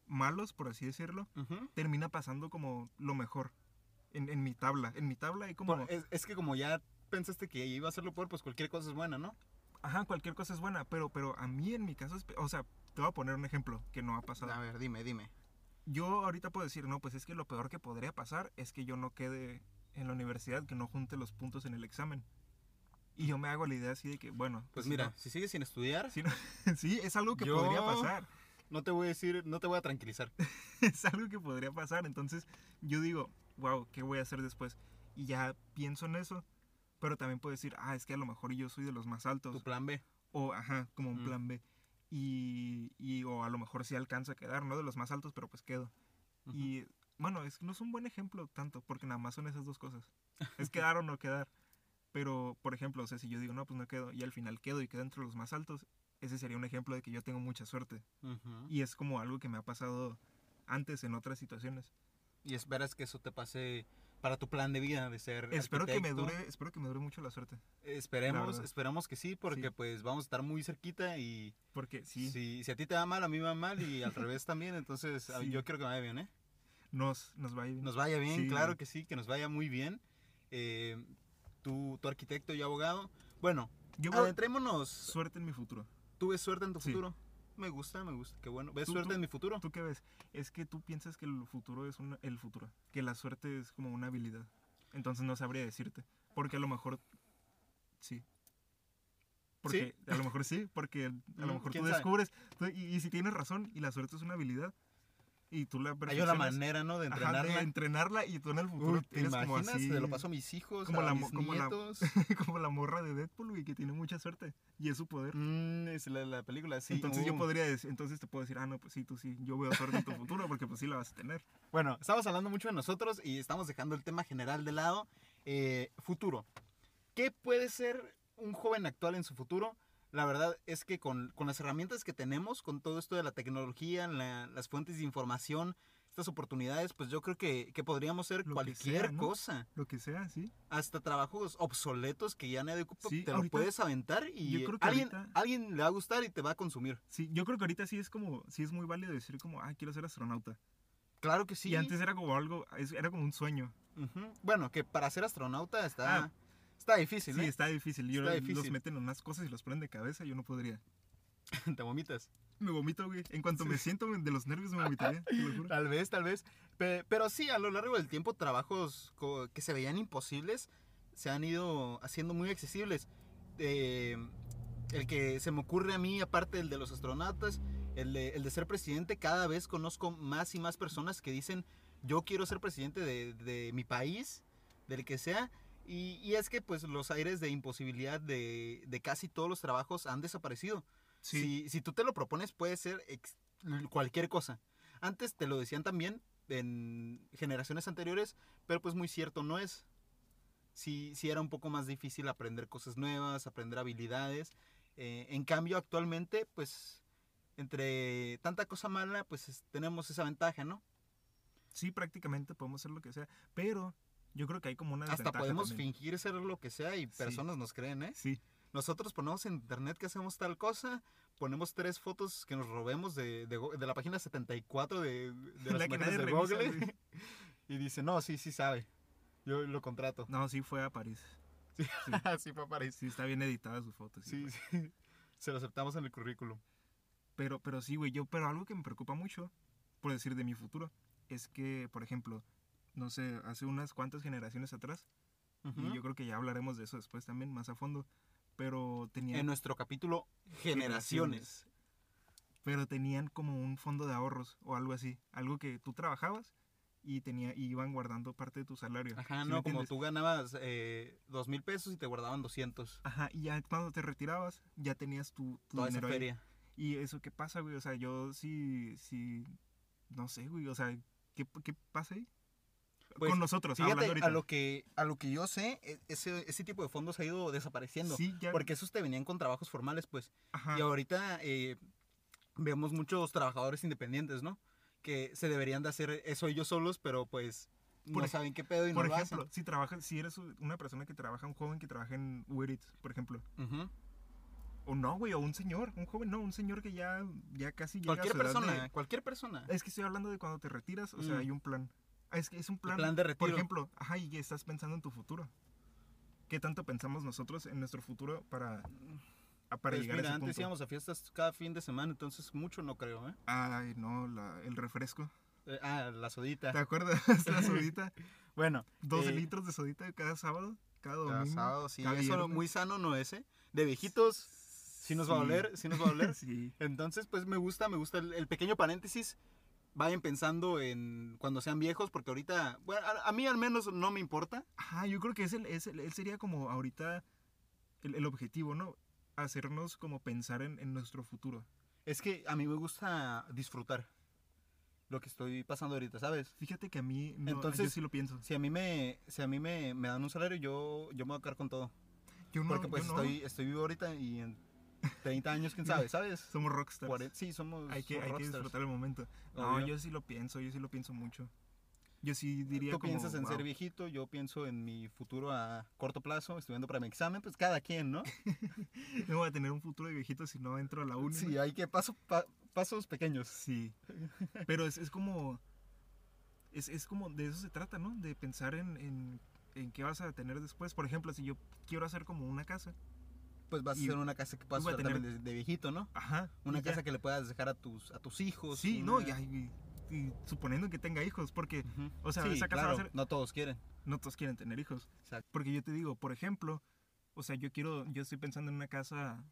[SPEAKER 2] malos, por así decirlo, termina pasando como lo mejor. En, en mi tabla. En mi tabla hay como.
[SPEAKER 7] Por- eh, es, es que como ya pensaste que iba a ser lo peor, pues cualquier cosa es buena, ¿no?
[SPEAKER 2] Ajá, cualquier cosa es buena. Pero, pero a mí, en mi caso, espe- o sea, te voy a poner un ejemplo que no ha pasado.
[SPEAKER 7] A ver, dime, dime.
[SPEAKER 2] yo ahorita puedo decir, no, pues es que lo peor que podría pasar es que yo no quede en la universidad, que no junte los puntos en el examen. Y yo me hago la idea así de que, bueno,
[SPEAKER 7] Pues
[SPEAKER 2] si
[SPEAKER 7] mira,
[SPEAKER 2] no-
[SPEAKER 7] si sigues sin estudiar,
[SPEAKER 2] si no- sí, es algo que
[SPEAKER 7] Yo-
[SPEAKER 2] podría pasar.
[SPEAKER 7] no te voy a decir, no te voy a tranquilizar.
[SPEAKER 2] Es algo que podría pasar. Entonces yo digo, wow, ¿qué voy a hacer después? Y ya pienso en eso. Pero también puedo decir, ah, es que a lo mejor yo soy de los más
[SPEAKER 7] Tu
[SPEAKER 2] altos.
[SPEAKER 7] plan B.
[SPEAKER 2] O, ajá, como un
[SPEAKER 7] Mm.
[SPEAKER 2] plan B. Y, y- o a lo mejor sí alcanzo a quedar, no de los más altos, pero pues quedo. Y bueno, es, no es un buen ejemplo tanto, porque nada más son esas dos cosas. Es quedar o no quedar. Pero, por ejemplo, o sea, si yo digo, no, pues no quedo, y al final quedo y quedo entre los más altos, ese sería un ejemplo de que yo tengo mucha suerte.
[SPEAKER 7] Ujú.
[SPEAKER 2] Y es como algo que me ha pasado antes en otras situaciones.
[SPEAKER 7] Y esperas que eso te pase para tu plan de vida de ser
[SPEAKER 2] Espero que me
[SPEAKER 7] arquitecto.
[SPEAKER 2] dure, espero que me dure mucho la suerte. La
[SPEAKER 7] Esperemos,
[SPEAKER 2] verdad.
[SPEAKER 7] esperamos que sí, porque
[SPEAKER 2] Sí.
[SPEAKER 7] pues vamos a estar muy cerquita y
[SPEAKER 2] Porque sí,
[SPEAKER 7] si, si a ti te va mal, a mí me va mal y al revés también, entonces a-
[SPEAKER 2] Sí.
[SPEAKER 7] yo quiero que me vaya bien, ¿eh?
[SPEAKER 2] nos, nos va a ir bien.
[SPEAKER 7] Nos vaya bien,
[SPEAKER 2] Sí.
[SPEAKER 7] claro que sí, que nos vaya muy bien. Eh, tú, tu arquitecto y abogado. Bueno,
[SPEAKER 2] Yo veo
[SPEAKER 7] adentrémonos.
[SPEAKER 2] suerte en mi futuro.
[SPEAKER 7] ¿Tú ves suerte en tu
[SPEAKER 2] Sí.
[SPEAKER 7] futuro? Me gusta, me gusta, qué bueno. ¿Ves
[SPEAKER 2] Tú-
[SPEAKER 7] suerte
[SPEAKER 2] tú-
[SPEAKER 7] en mi futuro?
[SPEAKER 2] ¿Tú qué ves? Es que tú piensas que el futuro es una- el futuro, que la suerte es como una habilidad. Entonces no sabría decirte, porque a lo mejor sí. Porque a lo mejor sí, porque a
[SPEAKER 7] Mm,
[SPEAKER 2] lo mejor
[SPEAKER 7] ¿quién
[SPEAKER 2] tú
[SPEAKER 7] sabe?
[SPEAKER 2] descubres tú- y, y si tienes razón y la suerte es una habilidad y tú la
[SPEAKER 7] Hay una
[SPEAKER 2] perfeccionas,
[SPEAKER 7] manera, ¿no? De
[SPEAKER 2] ajá,
[SPEAKER 7] entrenarla.
[SPEAKER 2] de entrenarla y tú en el futuro
[SPEAKER 7] Uy, ¿Te
[SPEAKER 2] tienes como
[SPEAKER 7] imaginas?
[SPEAKER 2] así
[SPEAKER 7] Se lo paso a mis hijos,
[SPEAKER 2] como
[SPEAKER 7] a
[SPEAKER 2] la mo-
[SPEAKER 7] mis
[SPEAKER 2] como la-
[SPEAKER 7] nietos.
[SPEAKER 2] como la morra de Deadpool güey, que tiene mucha suerte y es su poder.
[SPEAKER 7] Mm, es la, la película, sí.
[SPEAKER 2] entonces yo
[SPEAKER 7] uh.
[SPEAKER 2] podría decir, entonces te puedo decir, ah no, pues sí, tú sí, yo veo suerte en tu futuro porque pues sí la vas a tener.
[SPEAKER 7] Bueno, estamos hablando mucho de nosotros y estamos dejando el tema general de lado. Eh, futuro. ¿Qué puede ser un joven actual en su futuro? La verdad es que con, con las herramientas que tenemos, con todo esto de la tecnología, la- las fuentes de información, estas oportunidades, pues yo creo que, que podríamos ser
[SPEAKER 2] Lo que
[SPEAKER 7] cualquier
[SPEAKER 2] sea, ¿no?
[SPEAKER 7] cosa.
[SPEAKER 2] Lo que sea, sí.
[SPEAKER 7] Hasta trabajos obsoletos que ya nadie ocupa,
[SPEAKER 2] Sí,
[SPEAKER 7] te lo
[SPEAKER 2] ahorita-
[SPEAKER 7] puedes aventar y
[SPEAKER 2] yo creo que
[SPEAKER 7] alguien,
[SPEAKER 2] ahorita-
[SPEAKER 7] alguien le va a gustar y te va a consumir.
[SPEAKER 2] Sí, yo creo que ahorita sí es como, sí es muy válido decir como, ah, quiero ser astronauta.
[SPEAKER 7] Claro que sí.
[SPEAKER 2] Y antes era como algo, es- era como un sueño.
[SPEAKER 7] Ujú. Bueno, que para ser astronauta está,
[SPEAKER 2] Ah.
[SPEAKER 7] está difícil,
[SPEAKER 2] Sí,
[SPEAKER 7] ¿eh?
[SPEAKER 2] está difícil. Yo
[SPEAKER 7] Está
[SPEAKER 2] los
[SPEAKER 7] difícil.
[SPEAKER 2] meten en unas cosas y los ponen de cabeza, yo no podría.
[SPEAKER 7] Te vomitas.
[SPEAKER 2] Me vomito, güey. En cuanto me siento de los nervios me vomitaría, te lo juro.
[SPEAKER 7] Tal vez, tal vez. Pe- Pero sí, a lo largo del tiempo, trabajos co- que se veían imposibles se han ido haciendo muy accesibles. Eh, el que se me ocurre a mí, aparte del de los astronautas, el de, el de ser presidente, cada vez conozco más y más personas que dicen, yo quiero ser presidente de, de mi país, del que sea. Y, y es que pues los aires de imposibilidad de, de casi todos los trabajos han desaparecido.
[SPEAKER 2] Sí,
[SPEAKER 7] Si, si tú te lo propones, puede ser ex- cualquier cosa. Antes te lo decían también en generaciones anteriores, pero pues muy cierto no es. Sí, sí era un poco más difícil aprender cosas nuevas, aprender habilidades. Eh, en cambio, actualmente, pues, entre tanta cosa mala, pues es- tenemos esa ventaja, ¿no?
[SPEAKER 2] sí, prácticamente podemos ser lo que sea. Pero yo creo que hay como una
[SPEAKER 7] Hasta
[SPEAKER 2] desventaja
[SPEAKER 7] podemos
[SPEAKER 2] también.
[SPEAKER 7] fingir ser lo que sea y
[SPEAKER 2] Sí.
[SPEAKER 7] personas nos creen, ¿eh?
[SPEAKER 2] Sí,
[SPEAKER 7] Nosotros ponemos en internet que hacemos tal cosa, ponemos tres fotos que nos robemos de, de, Go- de la página 74 de, de las
[SPEAKER 2] La que
[SPEAKER 7] imágenes
[SPEAKER 2] nadie
[SPEAKER 7] de
[SPEAKER 2] revisa,
[SPEAKER 7] Google.
[SPEAKER 2] güey.
[SPEAKER 7] y dice, no, sí, sí sabe. Yo lo contrato.
[SPEAKER 2] no, sí fue a París.
[SPEAKER 7] Así fue para
[SPEAKER 2] Sí, está bien editada su foto. sí,
[SPEAKER 7] Sí, sí. Se lo aceptamos en el currículum.
[SPEAKER 2] Pero, pero sí, güey, yo, pero algo que me preocupa mucho, por decir de mi futuro, es que, por ejemplo, no sé, hace unas cuantas generaciones atrás, y yo creo que ya hablaremos de eso después también, más a fondo, pero tenían,
[SPEAKER 7] En nuestro capítulo, generaciones.
[SPEAKER 2] pero tenían como un fondo de ahorros o algo así, algo que tú trabajabas y tenía y iban guardando parte de tu salario.
[SPEAKER 7] Ajá,
[SPEAKER 2] ¿sí me
[SPEAKER 7] no, como
[SPEAKER 2] entiendes?
[SPEAKER 7] tú ganabas eh, dos mil pesos y te guardaban 200.
[SPEAKER 2] Ajá, y ya cuando te retirabas, ya tenías tu, tu
[SPEAKER 7] Toda esa
[SPEAKER 2] dinero ahí.
[SPEAKER 7] feria.
[SPEAKER 2] Y eso qué pasa, güey, o sea, yo sí, sí, no sé, güey, o sea, ¿qué, qué pasa ahí?
[SPEAKER 7] Pues,
[SPEAKER 2] Con nosotros, hablando
[SPEAKER 7] Fíjate,
[SPEAKER 2] ahorita.
[SPEAKER 7] a lo, que, a lo que yo sé, e- ese, ese tipo de fondos ha ido desapareciendo.
[SPEAKER 2] Sí, ya,
[SPEAKER 7] Porque esos te venían con trabajos formales, pues.
[SPEAKER 2] ajá,
[SPEAKER 7] Y ahorita eh, vemos muchos trabajadores independientes, ¿no? Que se deberían de hacer eso ellos solos, pero pues
[SPEAKER 2] Por
[SPEAKER 7] no
[SPEAKER 2] ej-
[SPEAKER 7] saben qué pedo y
[SPEAKER 2] por
[SPEAKER 7] no
[SPEAKER 2] ejemplo,
[SPEAKER 7] lo hacen.
[SPEAKER 2] si trabajas, si eres una persona que trabaja, un joven que trabaja en Uber Eats, por ejemplo,
[SPEAKER 7] Ujú.
[SPEAKER 2] o no, güey, o un señor, un joven, no, un señor que ya, ya casi llega
[SPEAKER 7] Cualquier
[SPEAKER 2] a su edad de-
[SPEAKER 7] persona, cualquier persona.
[SPEAKER 2] Es que estoy hablando de cuando te retiras, o sea,
[SPEAKER 7] Mm.
[SPEAKER 2] hay un plan. Ah, Es que es un plan.
[SPEAKER 7] plan de retiro.
[SPEAKER 2] Por ejemplo, ajá, y estás pensando en tu futuro. ¿Qué tanto pensamos nosotros en nuestro futuro para, a- para
[SPEAKER 7] Pues,
[SPEAKER 2] llegar
[SPEAKER 7] mira,
[SPEAKER 2] a ese
[SPEAKER 7] antes
[SPEAKER 2] punto?
[SPEAKER 7] íbamos a fiestas cada fin de semana, entonces mucho no creo, ¿eh?
[SPEAKER 2] Ay, no, la- el refresco.
[SPEAKER 7] Eh, ah, la sodita.
[SPEAKER 2] ¿Te acuerdas? la sodita.
[SPEAKER 7] Bueno,
[SPEAKER 2] Dos
[SPEAKER 7] eh,
[SPEAKER 2] litros de sodita cada sábado, cada domingo.
[SPEAKER 7] cada sábado, sí,
[SPEAKER 2] cada
[SPEAKER 7] eso
[SPEAKER 2] viernes.
[SPEAKER 7] muy sano no ese. De viejitos, sí nos va a
[SPEAKER 2] Sí.
[SPEAKER 7] oler, sí nos va a oler.
[SPEAKER 2] Sí.
[SPEAKER 7] Entonces, pues me gusta, me gusta el, el pequeño paréntesis. Vayan pensando en cuando sean viejos, porque ahorita, bueno, a, a mí al menos no me importa.
[SPEAKER 2] Ajá, yo creo que es el, es el- él sería como ahorita el, el objetivo, ¿no? Hacernos como pensar en, en nuestro futuro.
[SPEAKER 7] Es que a mí me gusta disfrutar lo que estoy pasando ahorita, ¿sabes?
[SPEAKER 2] Fíjate que a mí, no, yo
[SPEAKER 7] Entonces,
[SPEAKER 2] sí lo pienso.
[SPEAKER 7] Si a mí me, si a mí me, me dan un salario, yo, yo me voy a quedar con todo.
[SPEAKER 2] Yo no,
[SPEAKER 7] Porque pues
[SPEAKER 2] yo no.
[SPEAKER 7] estoy, estoy vivo ahorita y en 30 años, quién sabe, ¿sabes?
[SPEAKER 2] Somos rockstars.
[SPEAKER 7] 40 sí, somos,
[SPEAKER 2] Hay que,
[SPEAKER 7] somos
[SPEAKER 2] hay que
[SPEAKER 7] rockstars.
[SPEAKER 2] disfrutar el momento. No,
[SPEAKER 7] Obvio.
[SPEAKER 2] yo sí lo pienso, yo sí lo pienso mucho. Yo sí diría
[SPEAKER 7] Tú
[SPEAKER 2] como,
[SPEAKER 7] piensas en ser
[SPEAKER 2] "Wow".
[SPEAKER 7] viejito, yo pienso en mi futuro a corto plazo, estudiando para mi examen, pues cada quien, ¿no?
[SPEAKER 2] No voy a tener un futuro de viejito si no entro a la uni.
[SPEAKER 7] Sí,
[SPEAKER 2] ¿no?
[SPEAKER 7] hay que paso, pa- pasos pequeños.
[SPEAKER 2] Sí. Pero es, es como... Es, es como de eso se trata, ¿no? De pensar en, en, en qué vas a tener después. Por ejemplo, si yo quiero hacer como una casa.
[SPEAKER 7] Pues vas a
[SPEAKER 2] Y-
[SPEAKER 7] hacer una casa que puedas
[SPEAKER 2] voy a
[SPEAKER 7] usar
[SPEAKER 2] tener-
[SPEAKER 7] también de, de viejito, ¿no?
[SPEAKER 2] Ajá.
[SPEAKER 7] Una
[SPEAKER 2] y ya.
[SPEAKER 7] casa que le puedas dejar a tus, a tus hijos.
[SPEAKER 2] Sí, no,
[SPEAKER 7] una-
[SPEAKER 2] y, y- y suponiendo que tenga hijos, porque
[SPEAKER 7] Ujú.
[SPEAKER 2] o sea,
[SPEAKER 7] Sí,
[SPEAKER 2] esa casa va a
[SPEAKER 7] claro,
[SPEAKER 2] ser-
[SPEAKER 7] No todos quieren.
[SPEAKER 2] no todos quieren tener hijos.
[SPEAKER 7] Exacto.
[SPEAKER 2] Porque yo te digo, por ejemplo, o sea, yo quiero, yo estoy pensando en una casa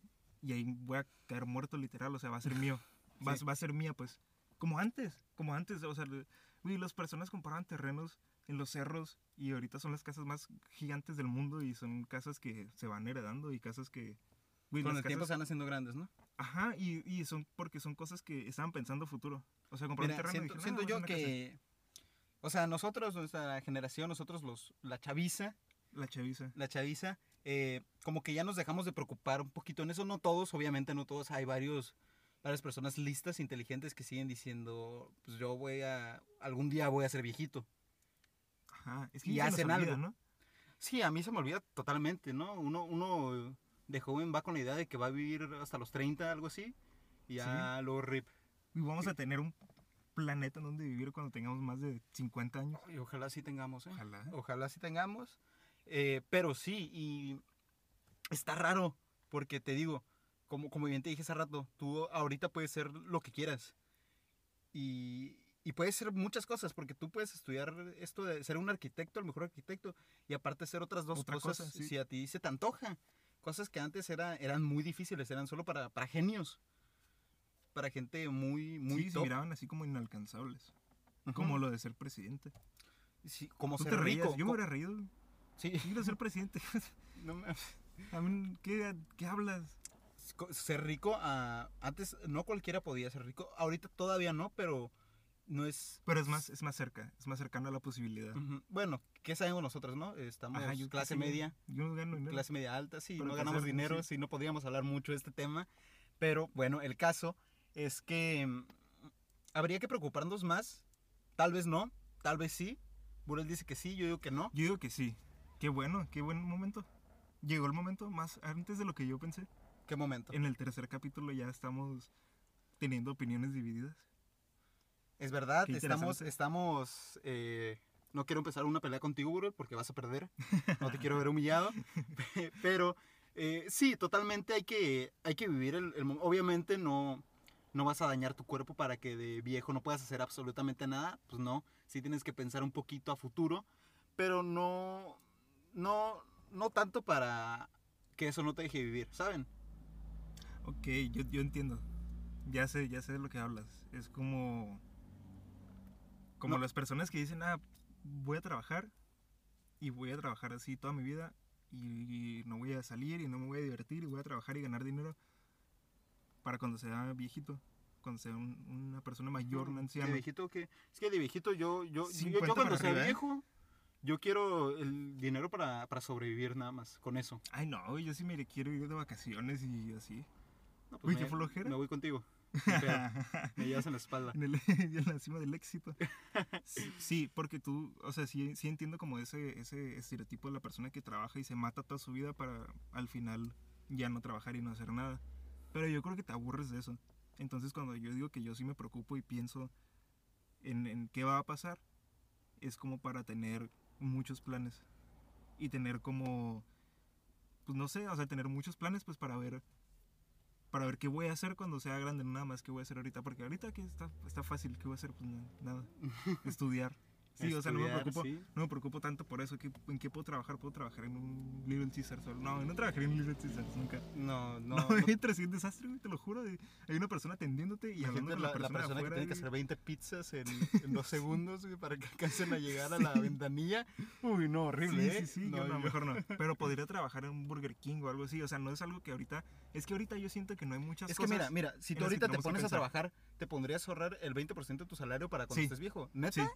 [SPEAKER 2] y ahí voy a caer muerto literal, o sea, va a ser mío. Va, a-
[SPEAKER 7] Sí.
[SPEAKER 2] va a ser mía, pues. Como antes, como antes, o sea, le- güey, las personas compraban terrenos en los cerros y ahorita son las casas más gigantes del mundo y son casas que se van heredando y casas que... güey,
[SPEAKER 7] Con
[SPEAKER 2] las
[SPEAKER 7] el tiempo
[SPEAKER 2] casas-
[SPEAKER 7] se van haciendo grandes, ¿no?
[SPEAKER 2] Ajá, y, y son porque son cosas que estaban pensando futuro. O sea, comprar
[SPEAKER 7] Mira,
[SPEAKER 2] un terreno y
[SPEAKER 7] siento,
[SPEAKER 2] dijeron,
[SPEAKER 7] siento
[SPEAKER 2] "Ah, voy a
[SPEAKER 7] yo
[SPEAKER 2] hacer una
[SPEAKER 7] que... O sea, nosotros, nuestra generación, nosotros los, la chaviza,
[SPEAKER 2] casa". La chaviza.
[SPEAKER 7] la chaviza, eh, como que ya nos dejamos de preocupar un poquito en eso. No todos, obviamente, no todos. Hay varios, varias personas listas, inteligentes que siguen diciendo, pues yo voy a, algún día voy a ser viejito.
[SPEAKER 2] Ajá, es que
[SPEAKER 7] Y
[SPEAKER 2] ya se nos
[SPEAKER 7] hacen
[SPEAKER 2] olvida,
[SPEAKER 7] algo.
[SPEAKER 2] ¿no?
[SPEAKER 7] Sí, a mí se me olvida totalmente, ¿no? Uno, uno eh, de joven va con la idea de que va a vivir hasta los 30, algo así, y ya lo rip.
[SPEAKER 2] Y vamos a tener un planeta en donde vivir cuando tengamos más de 50 años.
[SPEAKER 7] Y ojalá sí tengamos, ¿eh?
[SPEAKER 2] Ojalá.
[SPEAKER 7] Ojalá sí tengamos. eh, pero sí, y está raro, porque te digo, como, como bien te dije hace rato, tú ahorita puedes ser lo que quieras. Y, y puedes ser muchas cosas, porque tú puedes estudiar esto de ser un arquitecto, el mejor arquitecto, y aparte ser otras dos
[SPEAKER 2] Otra
[SPEAKER 7] cosas
[SPEAKER 2] cosa, sí.
[SPEAKER 7] si a ti se te antoja. Cosas que antes era, eran muy difíciles, eran solo para, para genios. Para gente muy, muy
[SPEAKER 2] sí, se
[SPEAKER 7] top.
[SPEAKER 2] miraban así como inalcanzables.
[SPEAKER 7] Ujú.
[SPEAKER 2] Como lo de ser presidente.
[SPEAKER 7] Sí, como
[SPEAKER 2] Tú
[SPEAKER 7] ser
[SPEAKER 2] te reías,
[SPEAKER 7] rico.
[SPEAKER 2] Yo
[SPEAKER 7] co-
[SPEAKER 2] me hubiera reído.
[SPEAKER 7] Sí,
[SPEAKER 2] Yo quiero ser presidente.
[SPEAKER 7] no me-
[SPEAKER 2] A mí, ¿qué, qué hablas?
[SPEAKER 7] co- ser rico ah, antes no cualquiera podía ser rico ahorita todavía no pero no es
[SPEAKER 2] Pero es más, es más cerca. Es más cercano a la posibilidad.
[SPEAKER 7] Ujú. bueno qué sabemos nosotros no estamos
[SPEAKER 2] Ajá, yo qué
[SPEAKER 7] clase
[SPEAKER 2] sé, yo-
[SPEAKER 7] media
[SPEAKER 2] Yo no gano dinero.
[SPEAKER 7] clase media alta sí
[SPEAKER 2] Pero
[SPEAKER 7] no
[SPEAKER 2] que
[SPEAKER 7] ganamos
[SPEAKER 2] hacer,
[SPEAKER 7] dinero
[SPEAKER 2] sí.
[SPEAKER 7] sí. no podíamos hablar mucho de este tema pero bueno el caso es que mm, habría que preocuparnos más tal vez no tal vez sí Burel dice que sí yo digo que no
[SPEAKER 2] Yo digo que sí. Qué bueno, qué buen momento. Llegó el momento más antes de lo que yo pensé.
[SPEAKER 7] qué momento
[SPEAKER 2] En el tercer capítulo ya estamos teniendo opiniones divididas.
[SPEAKER 7] es verdad
[SPEAKER 2] qué
[SPEAKER 7] estamos
[SPEAKER 2] interesante.
[SPEAKER 7] estamos eh, no quiero empezar una pelea contigo Burel porque vas a perder no te quiero ver humillado, pe- pero eh, sí, totalmente hay que, hay que vivir el, el mom- Obviamente no, no vas a dañar tu cuerpo para que de viejo no puedas hacer absolutamente nada, pues no, sí tienes que pensar un poquito a futuro, pero no, no, no tanto para que eso no te deje vivir, ¿saben?
[SPEAKER 2] Ok, yo, yo entiendo. Ya sé, ya sé de lo que hablas. Es como... Como
[SPEAKER 7] No.
[SPEAKER 2] las personas que dicen, ah, voy a trabajar y voy a trabajar así toda mi vida y, no voy a salir y no me voy a divertir y voy a trabajar y ganar dinero para cuando sea viejito, cuando sea un- una persona mayor, un
[SPEAKER 7] Mm, De
[SPEAKER 2] anciano.
[SPEAKER 7] viejito que es que de viejito yo yo yo- yo,
[SPEAKER 2] 50
[SPEAKER 7] cuando
[SPEAKER 2] para
[SPEAKER 7] sea
[SPEAKER 2] arriba, ¿eh?
[SPEAKER 7] viejo yo quiero el dinero para, para sobrevivir nada más con eso.
[SPEAKER 2] Ay, no, güey, yo sí me quiero ir de vacaciones y así.
[SPEAKER 7] No, pues me,
[SPEAKER 2] Uy, qué flojera.
[SPEAKER 7] Me voy contigo. Ni pedo. me llevas en la espalda.
[SPEAKER 2] en, el- en la cima del éxito. Sí, sí, porque tú, o sea, sí, sí entiendo como ese, ese estereotipo de la persona que trabaja y se mata toda su vida para al final ya no trabajar y no hacer nada. Pero yo creo que te aburres de eso. Entonces cuando yo digo que yo sí me preocupo y pienso en, en qué va a pasar, es como para tener muchos planes. Y tener como, pues no sé, o sea, tener muchos planes pues para ver para ver qué voy a hacer cuando sea grande, nada más qué voy a hacer ahorita, porque ahorita que está, está fácil, ¿qué voy a hacer? Pues na- nada, estudiar. Sí, o sea, no me
[SPEAKER 7] Estudiar,
[SPEAKER 2] preocupo,
[SPEAKER 7] sí.
[SPEAKER 2] no me preocupo tanto por eso, ¿qué- ¿en qué puedo trabajar? ¿Puedo trabajar en un Little Caesar solo? No, no trabajaré en un Little Caesar nunca.
[SPEAKER 7] No, no.
[SPEAKER 2] No,
[SPEAKER 7] no.
[SPEAKER 2] entra así un desastre, güey, te lo juro, de- hay una persona atendiéndote y hablando
[SPEAKER 7] Imagínate
[SPEAKER 2] con
[SPEAKER 7] la,
[SPEAKER 2] la,
[SPEAKER 7] la persona,
[SPEAKER 2] persona, de
[SPEAKER 7] que
[SPEAKER 2] afuera,
[SPEAKER 7] tiene que hacer 20
[SPEAKER 2] güey.
[SPEAKER 7] pizzas en, en dos segundos güey, para que alcancen a llegar a la ventanilla. Uy, no, horrible,
[SPEAKER 2] Sí,
[SPEAKER 7] ¿eh?
[SPEAKER 2] sí, sí,
[SPEAKER 7] No,
[SPEAKER 2] yo no,
[SPEAKER 7] yo-
[SPEAKER 2] mejor no. Pero podría trabajar en un Burger King o algo así. O sea, no es algo que ahorita. Es que ahorita yo siento que no hay muchas
[SPEAKER 7] Es que
[SPEAKER 2] cosas.
[SPEAKER 7] mira, mira, si
[SPEAKER 2] en
[SPEAKER 7] tú
[SPEAKER 2] las que
[SPEAKER 7] ahorita te
[SPEAKER 2] tenemos que
[SPEAKER 7] pones a
[SPEAKER 2] pensar.
[SPEAKER 7] trabajar, te pondrías a ahorrar el 20% de tu salario para cuando
[SPEAKER 2] Sí.
[SPEAKER 7] estés viejo. ¿Neta?
[SPEAKER 2] Sí,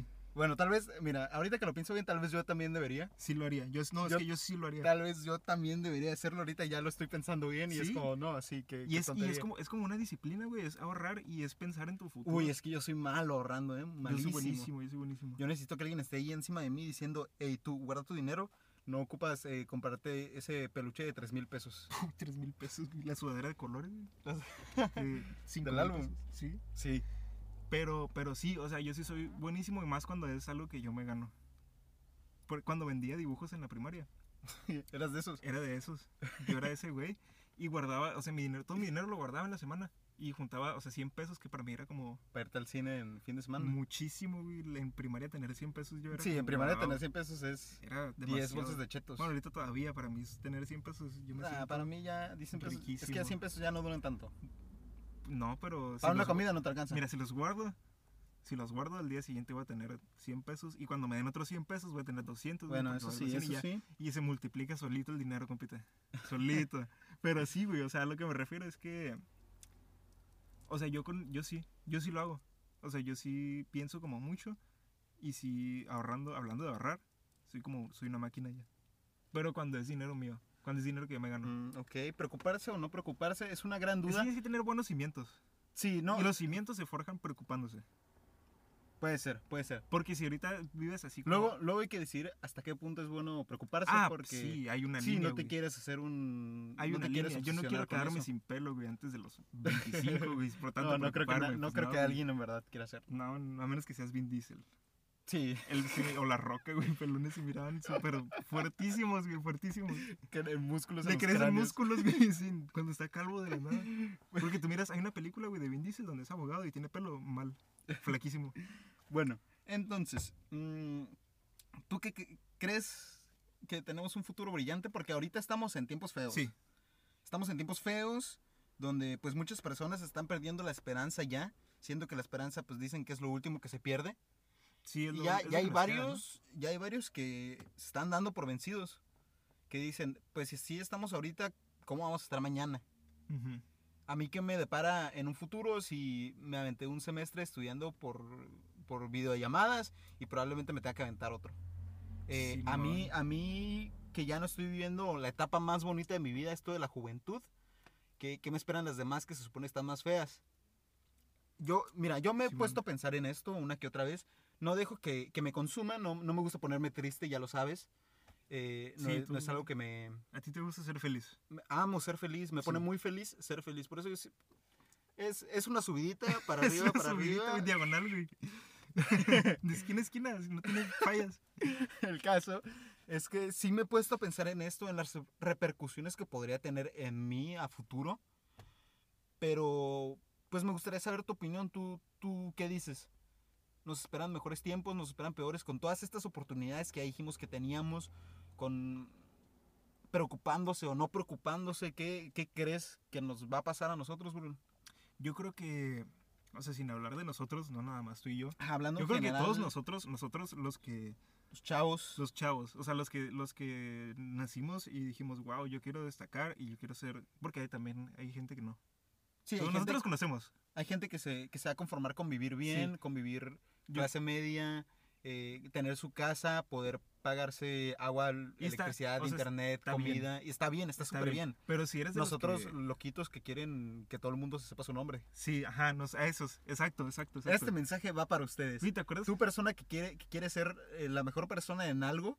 [SPEAKER 2] sí,
[SPEAKER 7] Bueno, tal vez, mira, ahorita que lo pienso bien, tal vez yo también debería.
[SPEAKER 2] sí lo haría. Yo, no,
[SPEAKER 7] Yo-
[SPEAKER 2] es que yo sí lo haría.
[SPEAKER 7] Tal vez yo también debería hacerlo ahorita, ya lo estoy pensando bien y es
[SPEAKER 2] Sí.
[SPEAKER 7] como, no, así que...
[SPEAKER 2] Y es, y es como, es como una disciplina, güey. Es ahorrar y es pensar en tu futuro.
[SPEAKER 7] Uy, es que yo soy malo ahorrando, ¿eh?
[SPEAKER 2] yo soy
[SPEAKER 7] Malísimo.
[SPEAKER 2] buenísimo, yo soy buenísimo.
[SPEAKER 7] Yo necesito que alguien esté ahí encima de mí diciendo, hey, tú, guarda tu dinero, no ocupas eh, comprarte ese peluche de 3 mil pesos.
[SPEAKER 2] Tres mil pesos, güey, La sudadera de colores, güey. Eh, cinco
[SPEAKER 7] Del
[SPEAKER 2] mil
[SPEAKER 7] álbum.
[SPEAKER 2] pesos, Sí.
[SPEAKER 7] Sí.
[SPEAKER 2] Pero, pero sí, o sea, yo sí soy buenísimo y más cuando es algo que yo me gano. Por- cuando vendía dibujos en la primaria.
[SPEAKER 7] Eras de esos.
[SPEAKER 2] Era de esos. Yo era ese güey. Y guardaba, o sea, mi dinero, todo mi dinero lo guardaba en la semana. Y juntaba, o sea, 100 pesos, que para mí era como
[SPEAKER 7] Para irte al cine en fin de semana.
[SPEAKER 2] Mm, muchísimo, güey. En primaria tener 100 pesos yo era.
[SPEAKER 7] sí, en
[SPEAKER 2] como,
[SPEAKER 7] primaria
[SPEAKER 2] wow,
[SPEAKER 7] tener 100 pesos es
[SPEAKER 2] Era
[SPEAKER 7] 10
[SPEAKER 2] demasiado.
[SPEAKER 7] bolsas de chetos.
[SPEAKER 2] Bueno, ahorita todavía, para mí, es tener 100 pesos, yo me
[SPEAKER 7] Ah,
[SPEAKER 2] siento-
[SPEAKER 7] para mí ya dicen pesos. Es que ya
[SPEAKER 2] riquísimo.
[SPEAKER 7] 100 pesos ya no duran tanto.
[SPEAKER 2] No, pero. si
[SPEAKER 7] Para una
[SPEAKER 2] los-
[SPEAKER 7] comida no te alcanza.
[SPEAKER 2] Mira, si los guardo, si los guardo, al día siguiente voy a tener 100 pesos. Y cuando me den otros 100 pesos, voy a tener 200. güey,
[SPEAKER 7] bueno,
[SPEAKER 2] porque
[SPEAKER 7] eso
[SPEAKER 2] valgo
[SPEAKER 7] sí,
[SPEAKER 2] 100 y
[SPEAKER 7] eso
[SPEAKER 2] ya.
[SPEAKER 7] sí.
[SPEAKER 2] Y se multiplica solito el dinero, compita. Solito. Pero sí, güey, o sea, a lo que me refiero es que. O sea, yo, con, yo sí, yo sí lo hago. O sea, yo sí pienso como mucho. Y sí, ahorrando, hablando de ahorrar, soy como, soy una máquina ya. Pero cuando es dinero mío, cuando es dinero que yo me gano.
[SPEAKER 7] Mm, ok, preocuparse o no preocuparse es una gran
[SPEAKER 2] Sí,
[SPEAKER 7] duda.
[SPEAKER 2] tienes que tener buenos cimientos.
[SPEAKER 7] Sí, no,
[SPEAKER 2] Y los cimientos se forjan preocupándose.
[SPEAKER 7] puede ser, puede ser.
[SPEAKER 2] Porque si ahorita vives así como...
[SPEAKER 7] Luego, luego hay que decir hasta qué punto es bueno preocuparse
[SPEAKER 2] ah,
[SPEAKER 7] porque
[SPEAKER 2] sí, hay una
[SPEAKER 7] sí,
[SPEAKER 2] línea,
[SPEAKER 7] no te
[SPEAKER 2] güey.
[SPEAKER 7] quieres hacer un
[SPEAKER 2] Hay
[SPEAKER 7] no
[SPEAKER 2] una
[SPEAKER 7] te
[SPEAKER 2] línea.
[SPEAKER 7] quieres
[SPEAKER 2] Yo no quiero
[SPEAKER 7] obsesionar con
[SPEAKER 2] quedarme
[SPEAKER 7] eso.
[SPEAKER 2] sin pelo, güey, antes de los 25, güey. Por tanto,
[SPEAKER 7] No, no creo que, na-
[SPEAKER 2] preocuparme,
[SPEAKER 7] no
[SPEAKER 2] pues,
[SPEAKER 7] creo que
[SPEAKER 2] güey.
[SPEAKER 7] alguien en verdad quiera hacerlo.
[SPEAKER 2] No, no, a menos que seas Vin Diesel.
[SPEAKER 7] Sí,
[SPEAKER 2] El- sí, o La Roca, güey, pelones y miraban súper fuertísimos, güey, fuertísimos.
[SPEAKER 7] que el músculo
[SPEAKER 2] Le crecen músculos, güey, sin- cuando está calvo de la nada. Porque tú miras, hay una película, güey, de Vin Diesel donde es abogado y tiene pelo mal, flaquísimo.
[SPEAKER 7] Bueno, entonces, mm, ¿tú qué, qué- crees que tenemos un futuro brillante? Porque ahorita estamos en tiempos feos.
[SPEAKER 2] Sí,
[SPEAKER 7] Estamos en tiempos feos donde pues muchas personas están perdiendo la esperanza ya, siendo que la esperanza pues dicen que es lo último que se pierde.
[SPEAKER 2] sí, es
[SPEAKER 7] Y
[SPEAKER 2] lo-
[SPEAKER 7] ya,
[SPEAKER 2] es lo
[SPEAKER 7] ya hay
[SPEAKER 2] que nos queda, ¿no?
[SPEAKER 7] varios, ya hay varios que se están dando por vencidos, que dicen, pues si así estamos ahorita, ¿cómo vamos a estar mañana?
[SPEAKER 2] Ujú.
[SPEAKER 7] a mí que me depara en un futuro si me aventé un semestre estudiando por, por videollamadas y probablemente me tenga que aventar otro. Eh, a, mí, a mí que ya no estoy viviendo la etapa más bonita de mi vida, esto de la juventud, ¿qué, qué me esperan las demás que se supone están más feas? Yo, mira, yo me he
[SPEAKER 2] Simón.
[SPEAKER 7] puesto a pensar en esto una que otra vez. No dejo que, que me consuma, no, no me gusta ponerme triste, ya lo sabes. Eh, no
[SPEAKER 2] Sí,
[SPEAKER 7] es- no es
[SPEAKER 2] tú-
[SPEAKER 7] algo que me,
[SPEAKER 2] A ti te gusta ser feliz.
[SPEAKER 7] me- amo ser feliz, me pone
[SPEAKER 2] Sí.
[SPEAKER 7] muy feliz ser feliz. Por eso yo sí- es, es una subidita para arriba,
[SPEAKER 2] una
[SPEAKER 7] para
[SPEAKER 2] subidita, güey,
[SPEAKER 7] arriba.
[SPEAKER 2] diagonal, güey. De esquina a esquina, si no tiene fallas.
[SPEAKER 7] El caso es que sí me he puesto a pensar en esto, en las repercusiones que podría tener en mí a futuro. Pero pues me gustaría saber tu opinión, tú, tú qué dices. ¿Nos esperan mejores tiempos? ¿Nos esperan peores? Con todas estas oportunidades que ya dijimos que teníamos, con preocupándose o no preocupándose, ¿qué, qué crees que nos va a pasar a nosotros, Bruno?
[SPEAKER 2] Yo creo que O sea, sin hablar de nosotros, no nada más tú y yo.
[SPEAKER 7] Hablando
[SPEAKER 2] Yo
[SPEAKER 7] en
[SPEAKER 2] creo que
[SPEAKER 7] general,
[SPEAKER 2] todos nosotros, nosotros los que,
[SPEAKER 7] los chavos,
[SPEAKER 2] los chavos, o sea, los que, los que nacimos y dijimos, wow, yo quiero destacar y yo quiero ser, porque hay también, hay gente que no.
[SPEAKER 7] sí, hay,
[SPEAKER 2] Pero
[SPEAKER 7] gente,
[SPEAKER 2] nosotros conocemos.
[SPEAKER 7] hay gente que se, que se va a conformar con vivir bien, convivir
[SPEAKER 2] Yo-
[SPEAKER 7] clase media, eh, tener su casa, poder pagarse agua,
[SPEAKER 2] Y está-
[SPEAKER 7] electricidad,
[SPEAKER 2] o sea,
[SPEAKER 7] internet,
[SPEAKER 2] está bien.
[SPEAKER 7] comida. Y está bien, está
[SPEAKER 2] está
[SPEAKER 7] súper bien.
[SPEAKER 2] Pero si eres de los
[SPEAKER 7] Nosotros,
[SPEAKER 2] que-
[SPEAKER 7] loquitos que quieren que todo el mundo se sepa su nombre.
[SPEAKER 2] Sí, ajá, nos, a esos, exacto, exacto, exacto.
[SPEAKER 7] Este mensaje va para ustedes.
[SPEAKER 2] Sí, ¿te acuerdas?
[SPEAKER 7] Tú, persona que quiere, que quiere ser eh, la mejor persona en algo,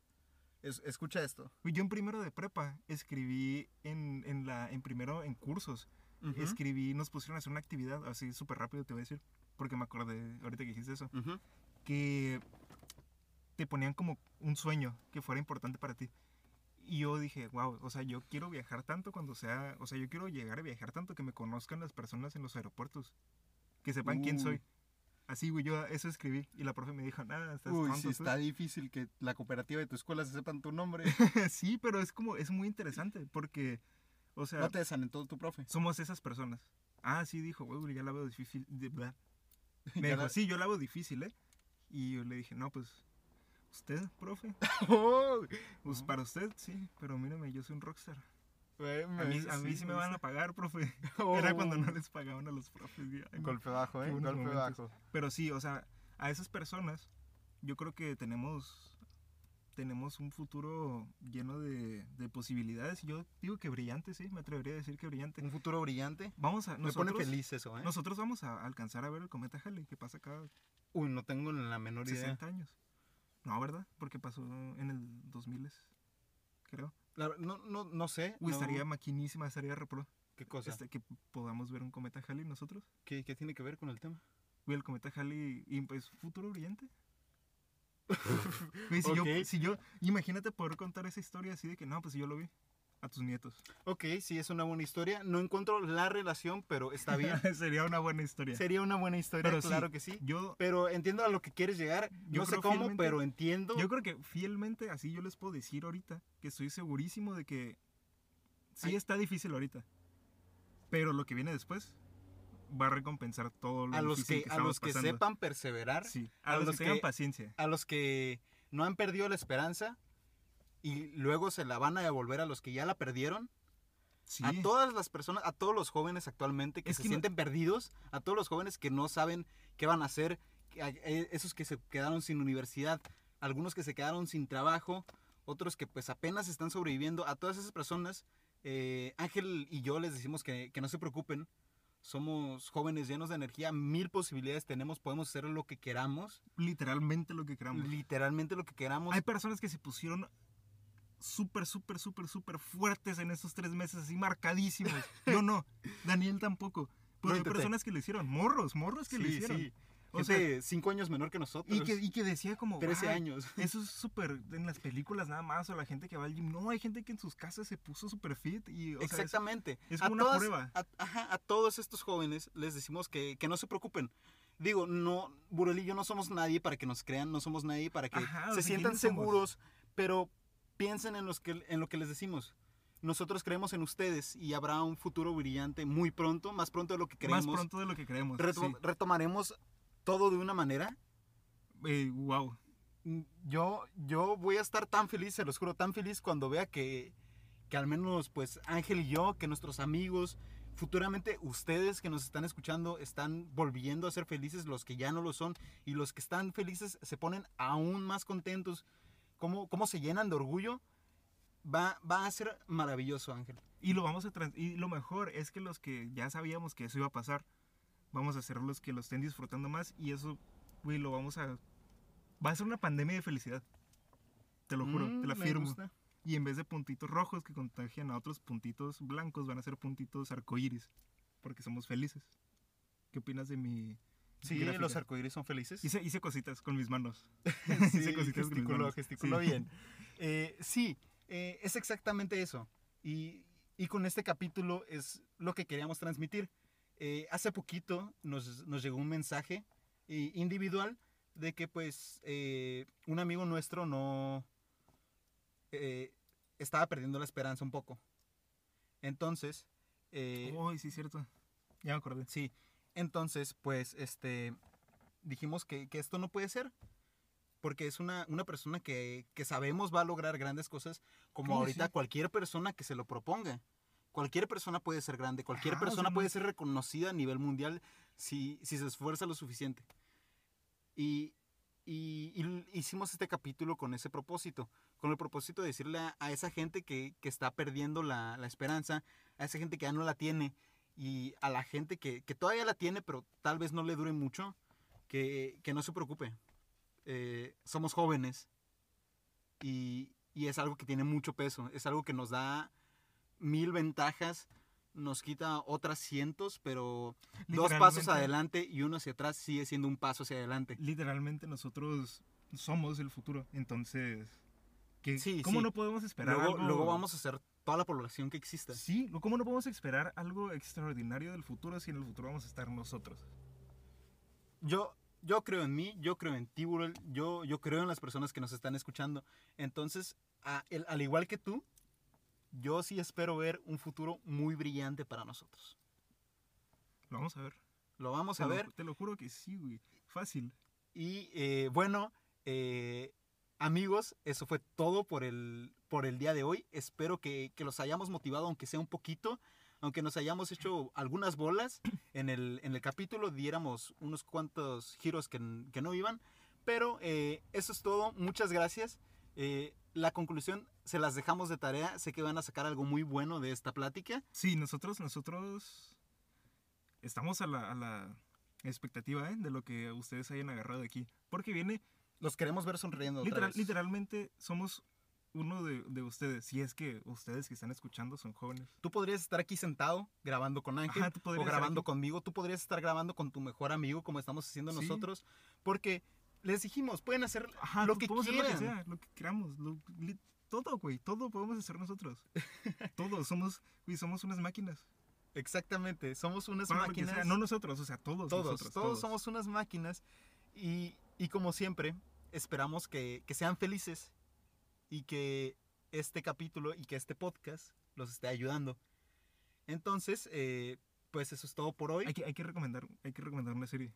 [SPEAKER 7] es- escucha esto.
[SPEAKER 2] Güey, Yo en primero de prepa escribí en, en la, en primero en cursos,
[SPEAKER 7] Ujú.
[SPEAKER 2] escribí, nos pusieron a hacer una actividad, así súper rápido te voy a decir, porque me acordé ahorita que dijiste eso,
[SPEAKER 7] Ujú.
[SPEAKER 2] que te ponían como un sueño que fuera importante para ti. Y yo dije, wow, o sea, yo quiero viajar tanto cuando sea, o sea, yo quiero llegar a viajar tanto que me conozcan las personas en los aeropuertos, que sepan quién
[SPEAKER 7] Uy.
[SPEAKER 2] soy. Así, güey, yo eso escribí y la profe me dijo, nada, estás
[SPEAKER 7] Uy,
[SPEAKER 2] tonto,
[SPEAKER 7] sí,
[SPEAKER 2] tú".
[SPEAKER 7] está difícil que la cooperativa de tu escuela se sepan tu nombre.
[SPEAKER 2] sí, pero es como, es muy interesante porque, o sea,
[SPEAKER 7] No te desanentó tu profe.
[SPEAKER 2] somos esas personas. Ah, sí, dijo, güey, ya la veo difícil. de verdad". Me
[SPEAKER 7] Ya
[SPEAKER 2] dijo,
[SPEAKER 7] la-
[SPEAKER 2] sí, yo la veo difícil, ¿eh? Y yo le dije, no, pues, usted, profe, pues para usted, sí, pero mírame, yo soy un rockstar.
[SPEAKER 7] Güey,
[SPEAKER 2] A mí, a mí sí, me van a pagar, profe. Era cuando no
[SPEAKER 7] les...
[SPEAKER 2] les pagaban a los profes. güey. Ay, no.
[SPEAKER 7] Oh. Golpe bajo,
[SPEAKER 2] Qué
[SPEAKER 7] ¿eh?
[SPEAKER 2] buenos
[SPEAKER 7] Golpe
[SPEAKER 2] momentos.
[SPEAKER 7] bajo.
[SPEAKER 2] Pero sí, o sea, a esas personas yo creo que tenemos tenemos un futuro lleno de, de posibilidades. Yo digo que brillante, sí, me atrevería a decir que brillante.
[SPEAKER 7] Un futuro brillante.
[SPEAKER 2] Vamos a
[SPEAKER 7] me
[SPEAKER 2] nosotros,
[SPEAKER 7] pone feliz eso, ¿eh?
[SPEAKER 2] nosotros vamos a alcanzar a ver el cometa Halley que pasa cada
[SPEAKER 7] Uy, no tengo la menor idea.
[SPEAKER 2] 60 años. No, ¿verdad? Porque pasó en el 2000 creo.
[SPEAKER 7] La- no, no, no sé.
[SPEAKER 2] Uy,
[SPEAKER 7] no-
[SPEAKER 2] estaría maquinísima, estaría repro
[SPEAKER 7] ¿Qué cosa?
[SPEAKER 2] este, que podamos ver un cometa Halley nosotros.
[SPEAKER 7] ¿Qué, qué tiene que ver con el tema?
[SPEAKER 2] Güey, el cometa Halley y pues futuro brillante. Güey, si, yo,
[SPEAKER 7] Ok.
[SPEAKER 2] si yo, imagínate poder contar esa historia así de que no, pues yo lo vi a tus nietos.
[SPEAKER 7] Ok, sí, es una buena historia. No encuentro la relación, pero está bien.
[SPEAKER 2] Sería una buena historia.
[SPEAKER 7] Sería una buena historia,
[SPEAKER 2] Pero sí.
[SPEAKER 7] claro que sí.
[SPEAKER 2] Yo,
[SPEAKER 7] Pero entiendo a lo que quieres llegar.
[SPEAKER 2] Yo
[SPEAKER 7] no sé
[SPEAKER 2] creo
[SPEAKER 7] cómo,
[SPEAKER 2] fielmente-
[SPEAKER 7] pero entiendo.
[SPEAKER 2] yo creo que fielmente así yo les puedo decir ahorita que estoy segurísimo de que sí
[SPEAKER 7] Ay.
[SPEAKER 2] está difícil ahorita, pero lo que viene después va a recompensar todo lo
[SPEAKER 7] a los
[SPEAKER 2] difícil
[SPEAKER 7] que,
[SPEAKER 2] que,
[SPEAKER 7] a los que
[SPEAKER 2] estamos pasando.
[SPEAKER 7] sepan perseverar,
[SPEAKER 2] Sí, a, los, que tengan paciencia.
[SPEAKER 7] a los que no han perdido la esperanza y luego se la van a devolver a los que ya la perdieron.
[SPEAKER 2] Sí.
[SPEAKER 7] A todas las personas, a todos los jóvenes actualmente que
[SPEAKER 2] Es
[SPEAKER 7] se
[SPEAKER 2] que no-
[SPEAKER 7] sienten perdidos, a todos los jóvenes que no saben qué van a hacer, que- a- eh, esos que se quedaron sin universidad, algunos que se quedaron sin trabajo, otros que pues apenas están sobreviviendo, a todas esas personas, eh, Ángel y yo les decimos que, que no se preocupen, somos jóvenes llenos de energía, mil posibilidades tenemos, podemos hacer lo que queramos,
[SPEAKER 2] literalmente lo que queramos.
[SPEAKER 7] literalmente lo que queramos.
[SPEAKER 2] Pues, Hay personas que se pusieron súper, súper, súper, súper fuertes en estos tres meses, así marcadísimos. Yo no, Daniel tampoco. Pero
[SPEAKER 7] Lo
[SPEAKER 2] hay
[SPEAKER 7] intenté.
[SPEAKER 2] personas que lo hicieron, morros, morros que lo
[SPEAKER 7] Sí,
[SPEAKER 2] hicieron.
[SPEAKER 7] sí.
[SPEAKER 2] O sea,
[SPEAKER 7] Gente cinco años menor que nosotros,
[SPEAKER 2] y que, y que decía como...
[SPEAKER 7] 13
[SPEAKER 2] "Ay,
[SPEAKER 7] años.
[SPEAKER 2] Eso es súper en las películas nada más, o la gente que va al gym. No, hay gente que en sus casas se puso súper fit y... o sea, es-
[SPEAKER 7] Exactamente.
[SPEAKER 2] es como una
[SPEAKER 7] todas-
[SPEAKER 2] prueba.
[SPEAKER 7] A, ajá, a todos estos jóvenes les decimos que, que no se preocupen. Digo, no, Burel y yo no somos nadie para que nos crean, no somos nadie para que
[SPEAKER 2] Ajá, o
[SPEAKER 7] se
[SPEAKER 2] sea,
[SPEAKER 7] sientan
[SPEAKER 2] ¿quiénes somos?
[SPEAKER 7] seguros, pero piensen en, los que, en lo que les decimos. Nosotros creemos en ustedes y habrá un futuro brillante muy pronto, más pronto de lo que creemos.
[SPEAKER 2] más pronto de lo que creemos.
[SPEAKER 7] Reto- Retomaremos todo de una manera.
[SPEAKER 2] Eh, wow.
[SPEAKER 7] mm, Yo, yo voy a estar tan feliz, se los juro, tan feliz cuando vea que, que al menos pues Ángel y yo, que nuestros amigos, futuramente ustedes que nos están escuchando están volviendo a ser felices, los que ya no lo son, y los que están felices se ponen aún más contentos, cómo, cómo se llenan de orgullo, va, va a ser maravilloso Ángel.
[SPEAKER 2] Y lo vamos a trans- y lo mejor es que los que ya sabíamos que eso iba a pasar, vamos a ser los que lo estén disfrutando más y eso, güey, lo vamos a... Va a ser una pandemia de felicidad. Te lo juro, te la
[SPEAKER 7] Mm,
[SPEAKER 2] firmo. Y en vez de puntitos rojos que contagian a otros puntitos blancos, van a ser puntitos arcoíris, porque somos felices. ¿Qué opinas de mi...
[SPEAKER 7] Sí,
[SPEAKER 2] gráfica?
[SPEAKER 7] los arcoíris son felices.
[SPEAKER 2] Hice, hice cositas con mis manos.
[SPEAKER 7] sí,
[SPEAKER 2] Hice cositas con mis
[SPEAKER 7] gesticuló,
[SPEAKER 2] manos.
[SPEAKER 7] gesticuló
[SPEAKER 2] Sí.
[SPEAKER 7] bien. Eh, sí, eh, es exactamente eso. Y, y con este capítulo es lo que queríamos transmitir. Eh, hace poquito nos, nos llegó un mensaje eh, individual de que pues eh, un amigo nuestro no eh, estaba perdiendo la esperanza un poco. Entonces, eh,
[SPEAKER 2] Oh, Uy, sí, cierto. Ya me acordé.
[SPEAKER 7] sí, Entonces, pues, este, dijimos que, que esto no puede ser, porque es una, una persona que, que sabemos va a lograr grandes cosas, como
[SPEAKER 2] Claro,
[SPEAKER 7] ahorita
[SPEAKER 2] sí.
[SPEAKER 7] cualquier persona que se lo proponga. Cualquier persona puede ser grande, cualquier
[SPEAKER 2] Ajá, Ah, o sea,
[SPEAKER 7] persona
[SPEAKER 2] no
[SPEAKER 7] puede
[SPEAKER 2] es-
[SPEAKER 7] ser reconocida a nivel mundial si, si se esfuerza lo suficiente. Y, y- y l- hicimos este capítulo con ese propósito, con el propósito de decirle a, a esa gente que, que está perdiendo la, la esperanza, a esa gente que ya no la tiene y a la gente que, que todavía la tiene pero tal vez no le dure mucho, que, que no se preocupe. Eh, somos jóvenes y, y es algo que tiene mucho peso, es algo que nos da mil ventajas, nos quita otras cientos, pero dos pasos
[SPEAKER 2] Literalmente-
[SPEAKER 7] adelante y uno hacia atrás sigue siendo un paso hacia adelante.
[SPEAKER 2] Literalmente nosotros somos el futuro. Entonces, ¿qué-
[SPEAKER 7] Sí,
[SPEAKER 2] ¿cómo
[SPEAKER 7] sí.
[SPEAKER 2] no podemos esperar
[SPEAKER 7] Luego,
[SPEAKER 2] algo?
[SPEAKER 7] luego vamos a hacer toda la población que exista.
[SPEAKER 2] Sí, ¿cómo no podemos esperar algo extraordinario del futuro si en el futuro vamos a estar nosotros?
[SPEAKER 7] Yo, yo creo en mí, yo creo en ti, Burel, yo, yo creo en las personas que nos están escuchando. Entonces, a- el- al igual que tú, yo sí espero ver un futuro muy brillante para nosotros.
[SPEAKER 2] Lo vamos a ver.
[SPEAKER 7] Lo vamos
[SPEAKER 2] Te
[SPEAKER 7] a
[SPEAKER 2] lo-
[SPEAKER 7] ver.
[SPEAKER 2] te lo juro que sí, güey. Fácil.
[SPEAKER 7] Y eh, bueno, eh, amigos, eso fue todo por el, por el día de hoy. Espero que, que los hayamos motivado, aunque sea un poquito, aunque nos hayamos hecho algunas bolas en el, en el capítulo, diéramos unos cuantos giros que, n- que no iban. Pero eh, eso es todo, muchas gracias. Eh, la conclusión se las dejamos de tarea, sé que van a sacar algo muy bueno de esta plática.
[SPEAKER 2] Sí, nosotros, nosotros estamos a la, a la expectativa ¿eh? de lo que ustedes hayan agarrado de aquí. Porque viene,
[SPEAKER 7] Los queremos ver sonriendo. otra
[SPEAKER 2] literal-
[SPEAKER 7] vez.
[SPEAKER 2] literalmente somos uno de, de ustedes. Si es que ustedes que están escuchando son jóvenes.
[SPEAKER 7] Tú podrías estar aquí sentado grabando con Ángel
[SPEAKER 2] Ajá, tú
[SPEAKER 7] o
[SPEAKER 2] podrías estar
[SPEAKER 7] grabando
[SPEAKER 2] aquí.
[SPEAKER 7] conmigo. Tú podrías estar grabando con tu mejor amigo como estamos haciendo
[SPEAKER 2] Sí.
[SPEAKER 7] nosotros. Porque les dijimos, pueden hacer
[SPEAKER 2] Ajá,
[SPEAKER 7] lo
[SPEAKER 2] tú-
[SPEAKER 7] que
[SPEAKER 2] podemos hacer
[SPEAKER 7] quieran.
[SPEAKER 2] Lo que sea, lo que queramos. lo- li- todo, güey. Todo podemos hacer nosotros. todo. Somos, güey, somos unas máquinas.
[SPEAKER 7] Exactamente. Somos unas
[SPEAKER 2] Para lo que sea,
[SPEAKER 7] máquinas.
[SPEAKER 2] no nosotros, o sea, todos.
[SPEAKER 7] todos,
[SPEAKER 2] nosotros,
[SPEAKER 7] todos, somos unas máquinas. Y, y como siempre, esperamos que, que sean felices y que este capítulo y que este podcast los esté ayudando. Entonces, eh, pues eso es todo por hoy.
[SPEAKER 2] Hay que, hay que recomendar, hay que recomendar una serie.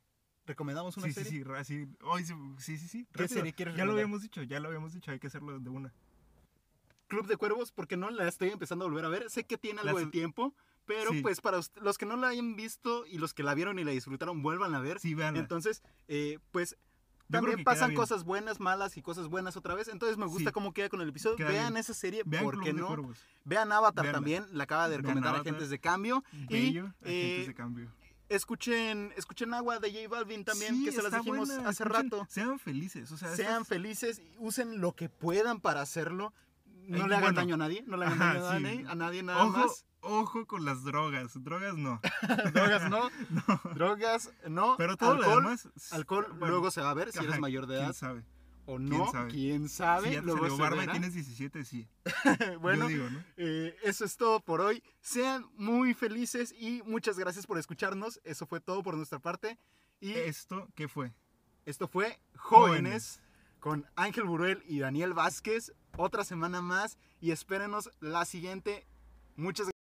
[SPEAKER 7] Recomendamos una
[SPEAKER 2] sí,
[SPEAKER 7] serie.
[SPEAKER 2] sí, sí, ra- sí, Ay, sí, sí, sí, sí,
[SPEAKER 7] ¿Qué
[SPEAKER 2] rápido.
[SPEAKER 7] serie quieres
[SPEAKER 2] Ya lo
[SPEAKER 7] recomendar?
[SPEAKER 2] habíamos dicho, ya lo habíamos dicho, hay que hacerlo de una.
[SPEAKER 7] Club de Cuervos porque no la estoy empezando a volver a ver. Sé que tiene algo
[SPEAKER 2] La
[SPEAKER 7] de
[SPEAKER 2] su-
[SPEAKER 7] tiempo, pero
[SPEAKER 2] Sí.
[SPEAKER 7] pues para ust- los que no la hayan visto y los que la vieron y la disfrutaron, vuelvan a ver.
[SPEAKER 2] Sí, veanla.
[SPEAKER 7] Entonces, eh, pues
[SPEAKER 2] creo
[SPEAKER 7] también
[SPEAKER 2] que queda
[SPEAKER 7] pasan
[SPEAKER 2] bien.
[SPEAKER 7] cosas buenas, malas y cosas buenas otra vez. Entonces me gusta
[SPEAKER 2] Sí.
[SPEAKER 7] cómo queda con el episodio.
[SPEAKER 2] Queda
[SPEAKER 7] vean
[SPEAKER 2] bien.
[SPEAKER 7] esa serie,
[SPEAKER 2] Vean
[SPEAKER 7] ¿por qué
[SPEAKER 2] Club de
[SPEAKER 7] no?
[SPEAKER 2] Cuervos.
[SPEAKER 7] Vean Avatar
[SPEAKER 2] Veanla.
[SPEAKER 7] también, la acaba de
[SPEAKER 2] Vean
[SPEAKER 7] recomendar
[SPEAKER 2] Avatar.
[SPEAKER 7] Agentes de Cambio.
[SPEAKER 2] Bello,
[SPEAKER 7] eh,
[SPEAKER 2] Agentes de cambio.
[SPEAKER 7] Escuchen, escuchen Agua de J Balvin también,
[SPEAKER 2] Sí,
[SPEAKER 7] que se las
[SPEAKER 2] está
[SPEAKER 7] dijimos
[SPEAKER 2] buena,
[SPEAKER 7] hace
[SPEAKER 2] escuchen,
[SPEAKER 7] rato.
[SPEAKER 2] Sean felices, o sea,
[SPEAKER 7] Sean
[SPEAKER 2] estas-
[SPEAKER 7] felices, y usen lo que puedan para hacerlo. No
[SPEAKER 2] Eh,
[SPEAKER 7] le hagan
[SPEAKER 2] bueno.
[SPEAKER 7] daño a nadie, no le hagan
[SPEAKER 2] Ajá,
[SPEAKER 7] daño a
[SPEAKER 2] sí.
[SPEAKER 7] nadie, a nadie nada
[SPEAKER 2] ojo,
[SPEAKER 7] más.
[SPEAKER 2] ojo con las drogas, drogas no.
[SPEAKER 7] Drogas no, drogas no.
[SPEAKER 2] Pero todo lo
[SPEAKER 7] alcohol,
[SPEAKER 2] demás
[SPEAKER 7] alcohol
[SPEAKER 2] bueno,
[SPEAKER 7] luego se va a ver si
[SPEAKER 2] ajá,
[SPEAKER 7] eres mayor de edad
[SPEAKER 2] ¿Quién sabe?
[SPEAKER 7] o no, quién sabe.
[SPEAKER 2] sabe? Si ya te
[SPEAKER 7] luego
[SPEAKER 2] salió
[SPEAKER 7] se
[SPEAKER 2] barba y
[SPEAKER 7] verá.
[SPEAKER 2] tienes 17, sí.
[SPEAKER 7] bueno,
[SPEAKER 2] Yo digo, ¿no?
[SPEAKER 7] eh, eso es todo por hoy. Sean muy felices y muchas gracias por escucharnos. Eso fue todo por nuestra parte y
[SPEAKER 2] ¿Esto qué fue?
[SPEAKER 7] Esto fue Jóvenes
[SPEAKER 2] Jóvenes.
[SPEAKER 7] con Ángel Buruel y Daniel Vázquez. Otra semana más y espérenos la siguiente. Muchas gracias.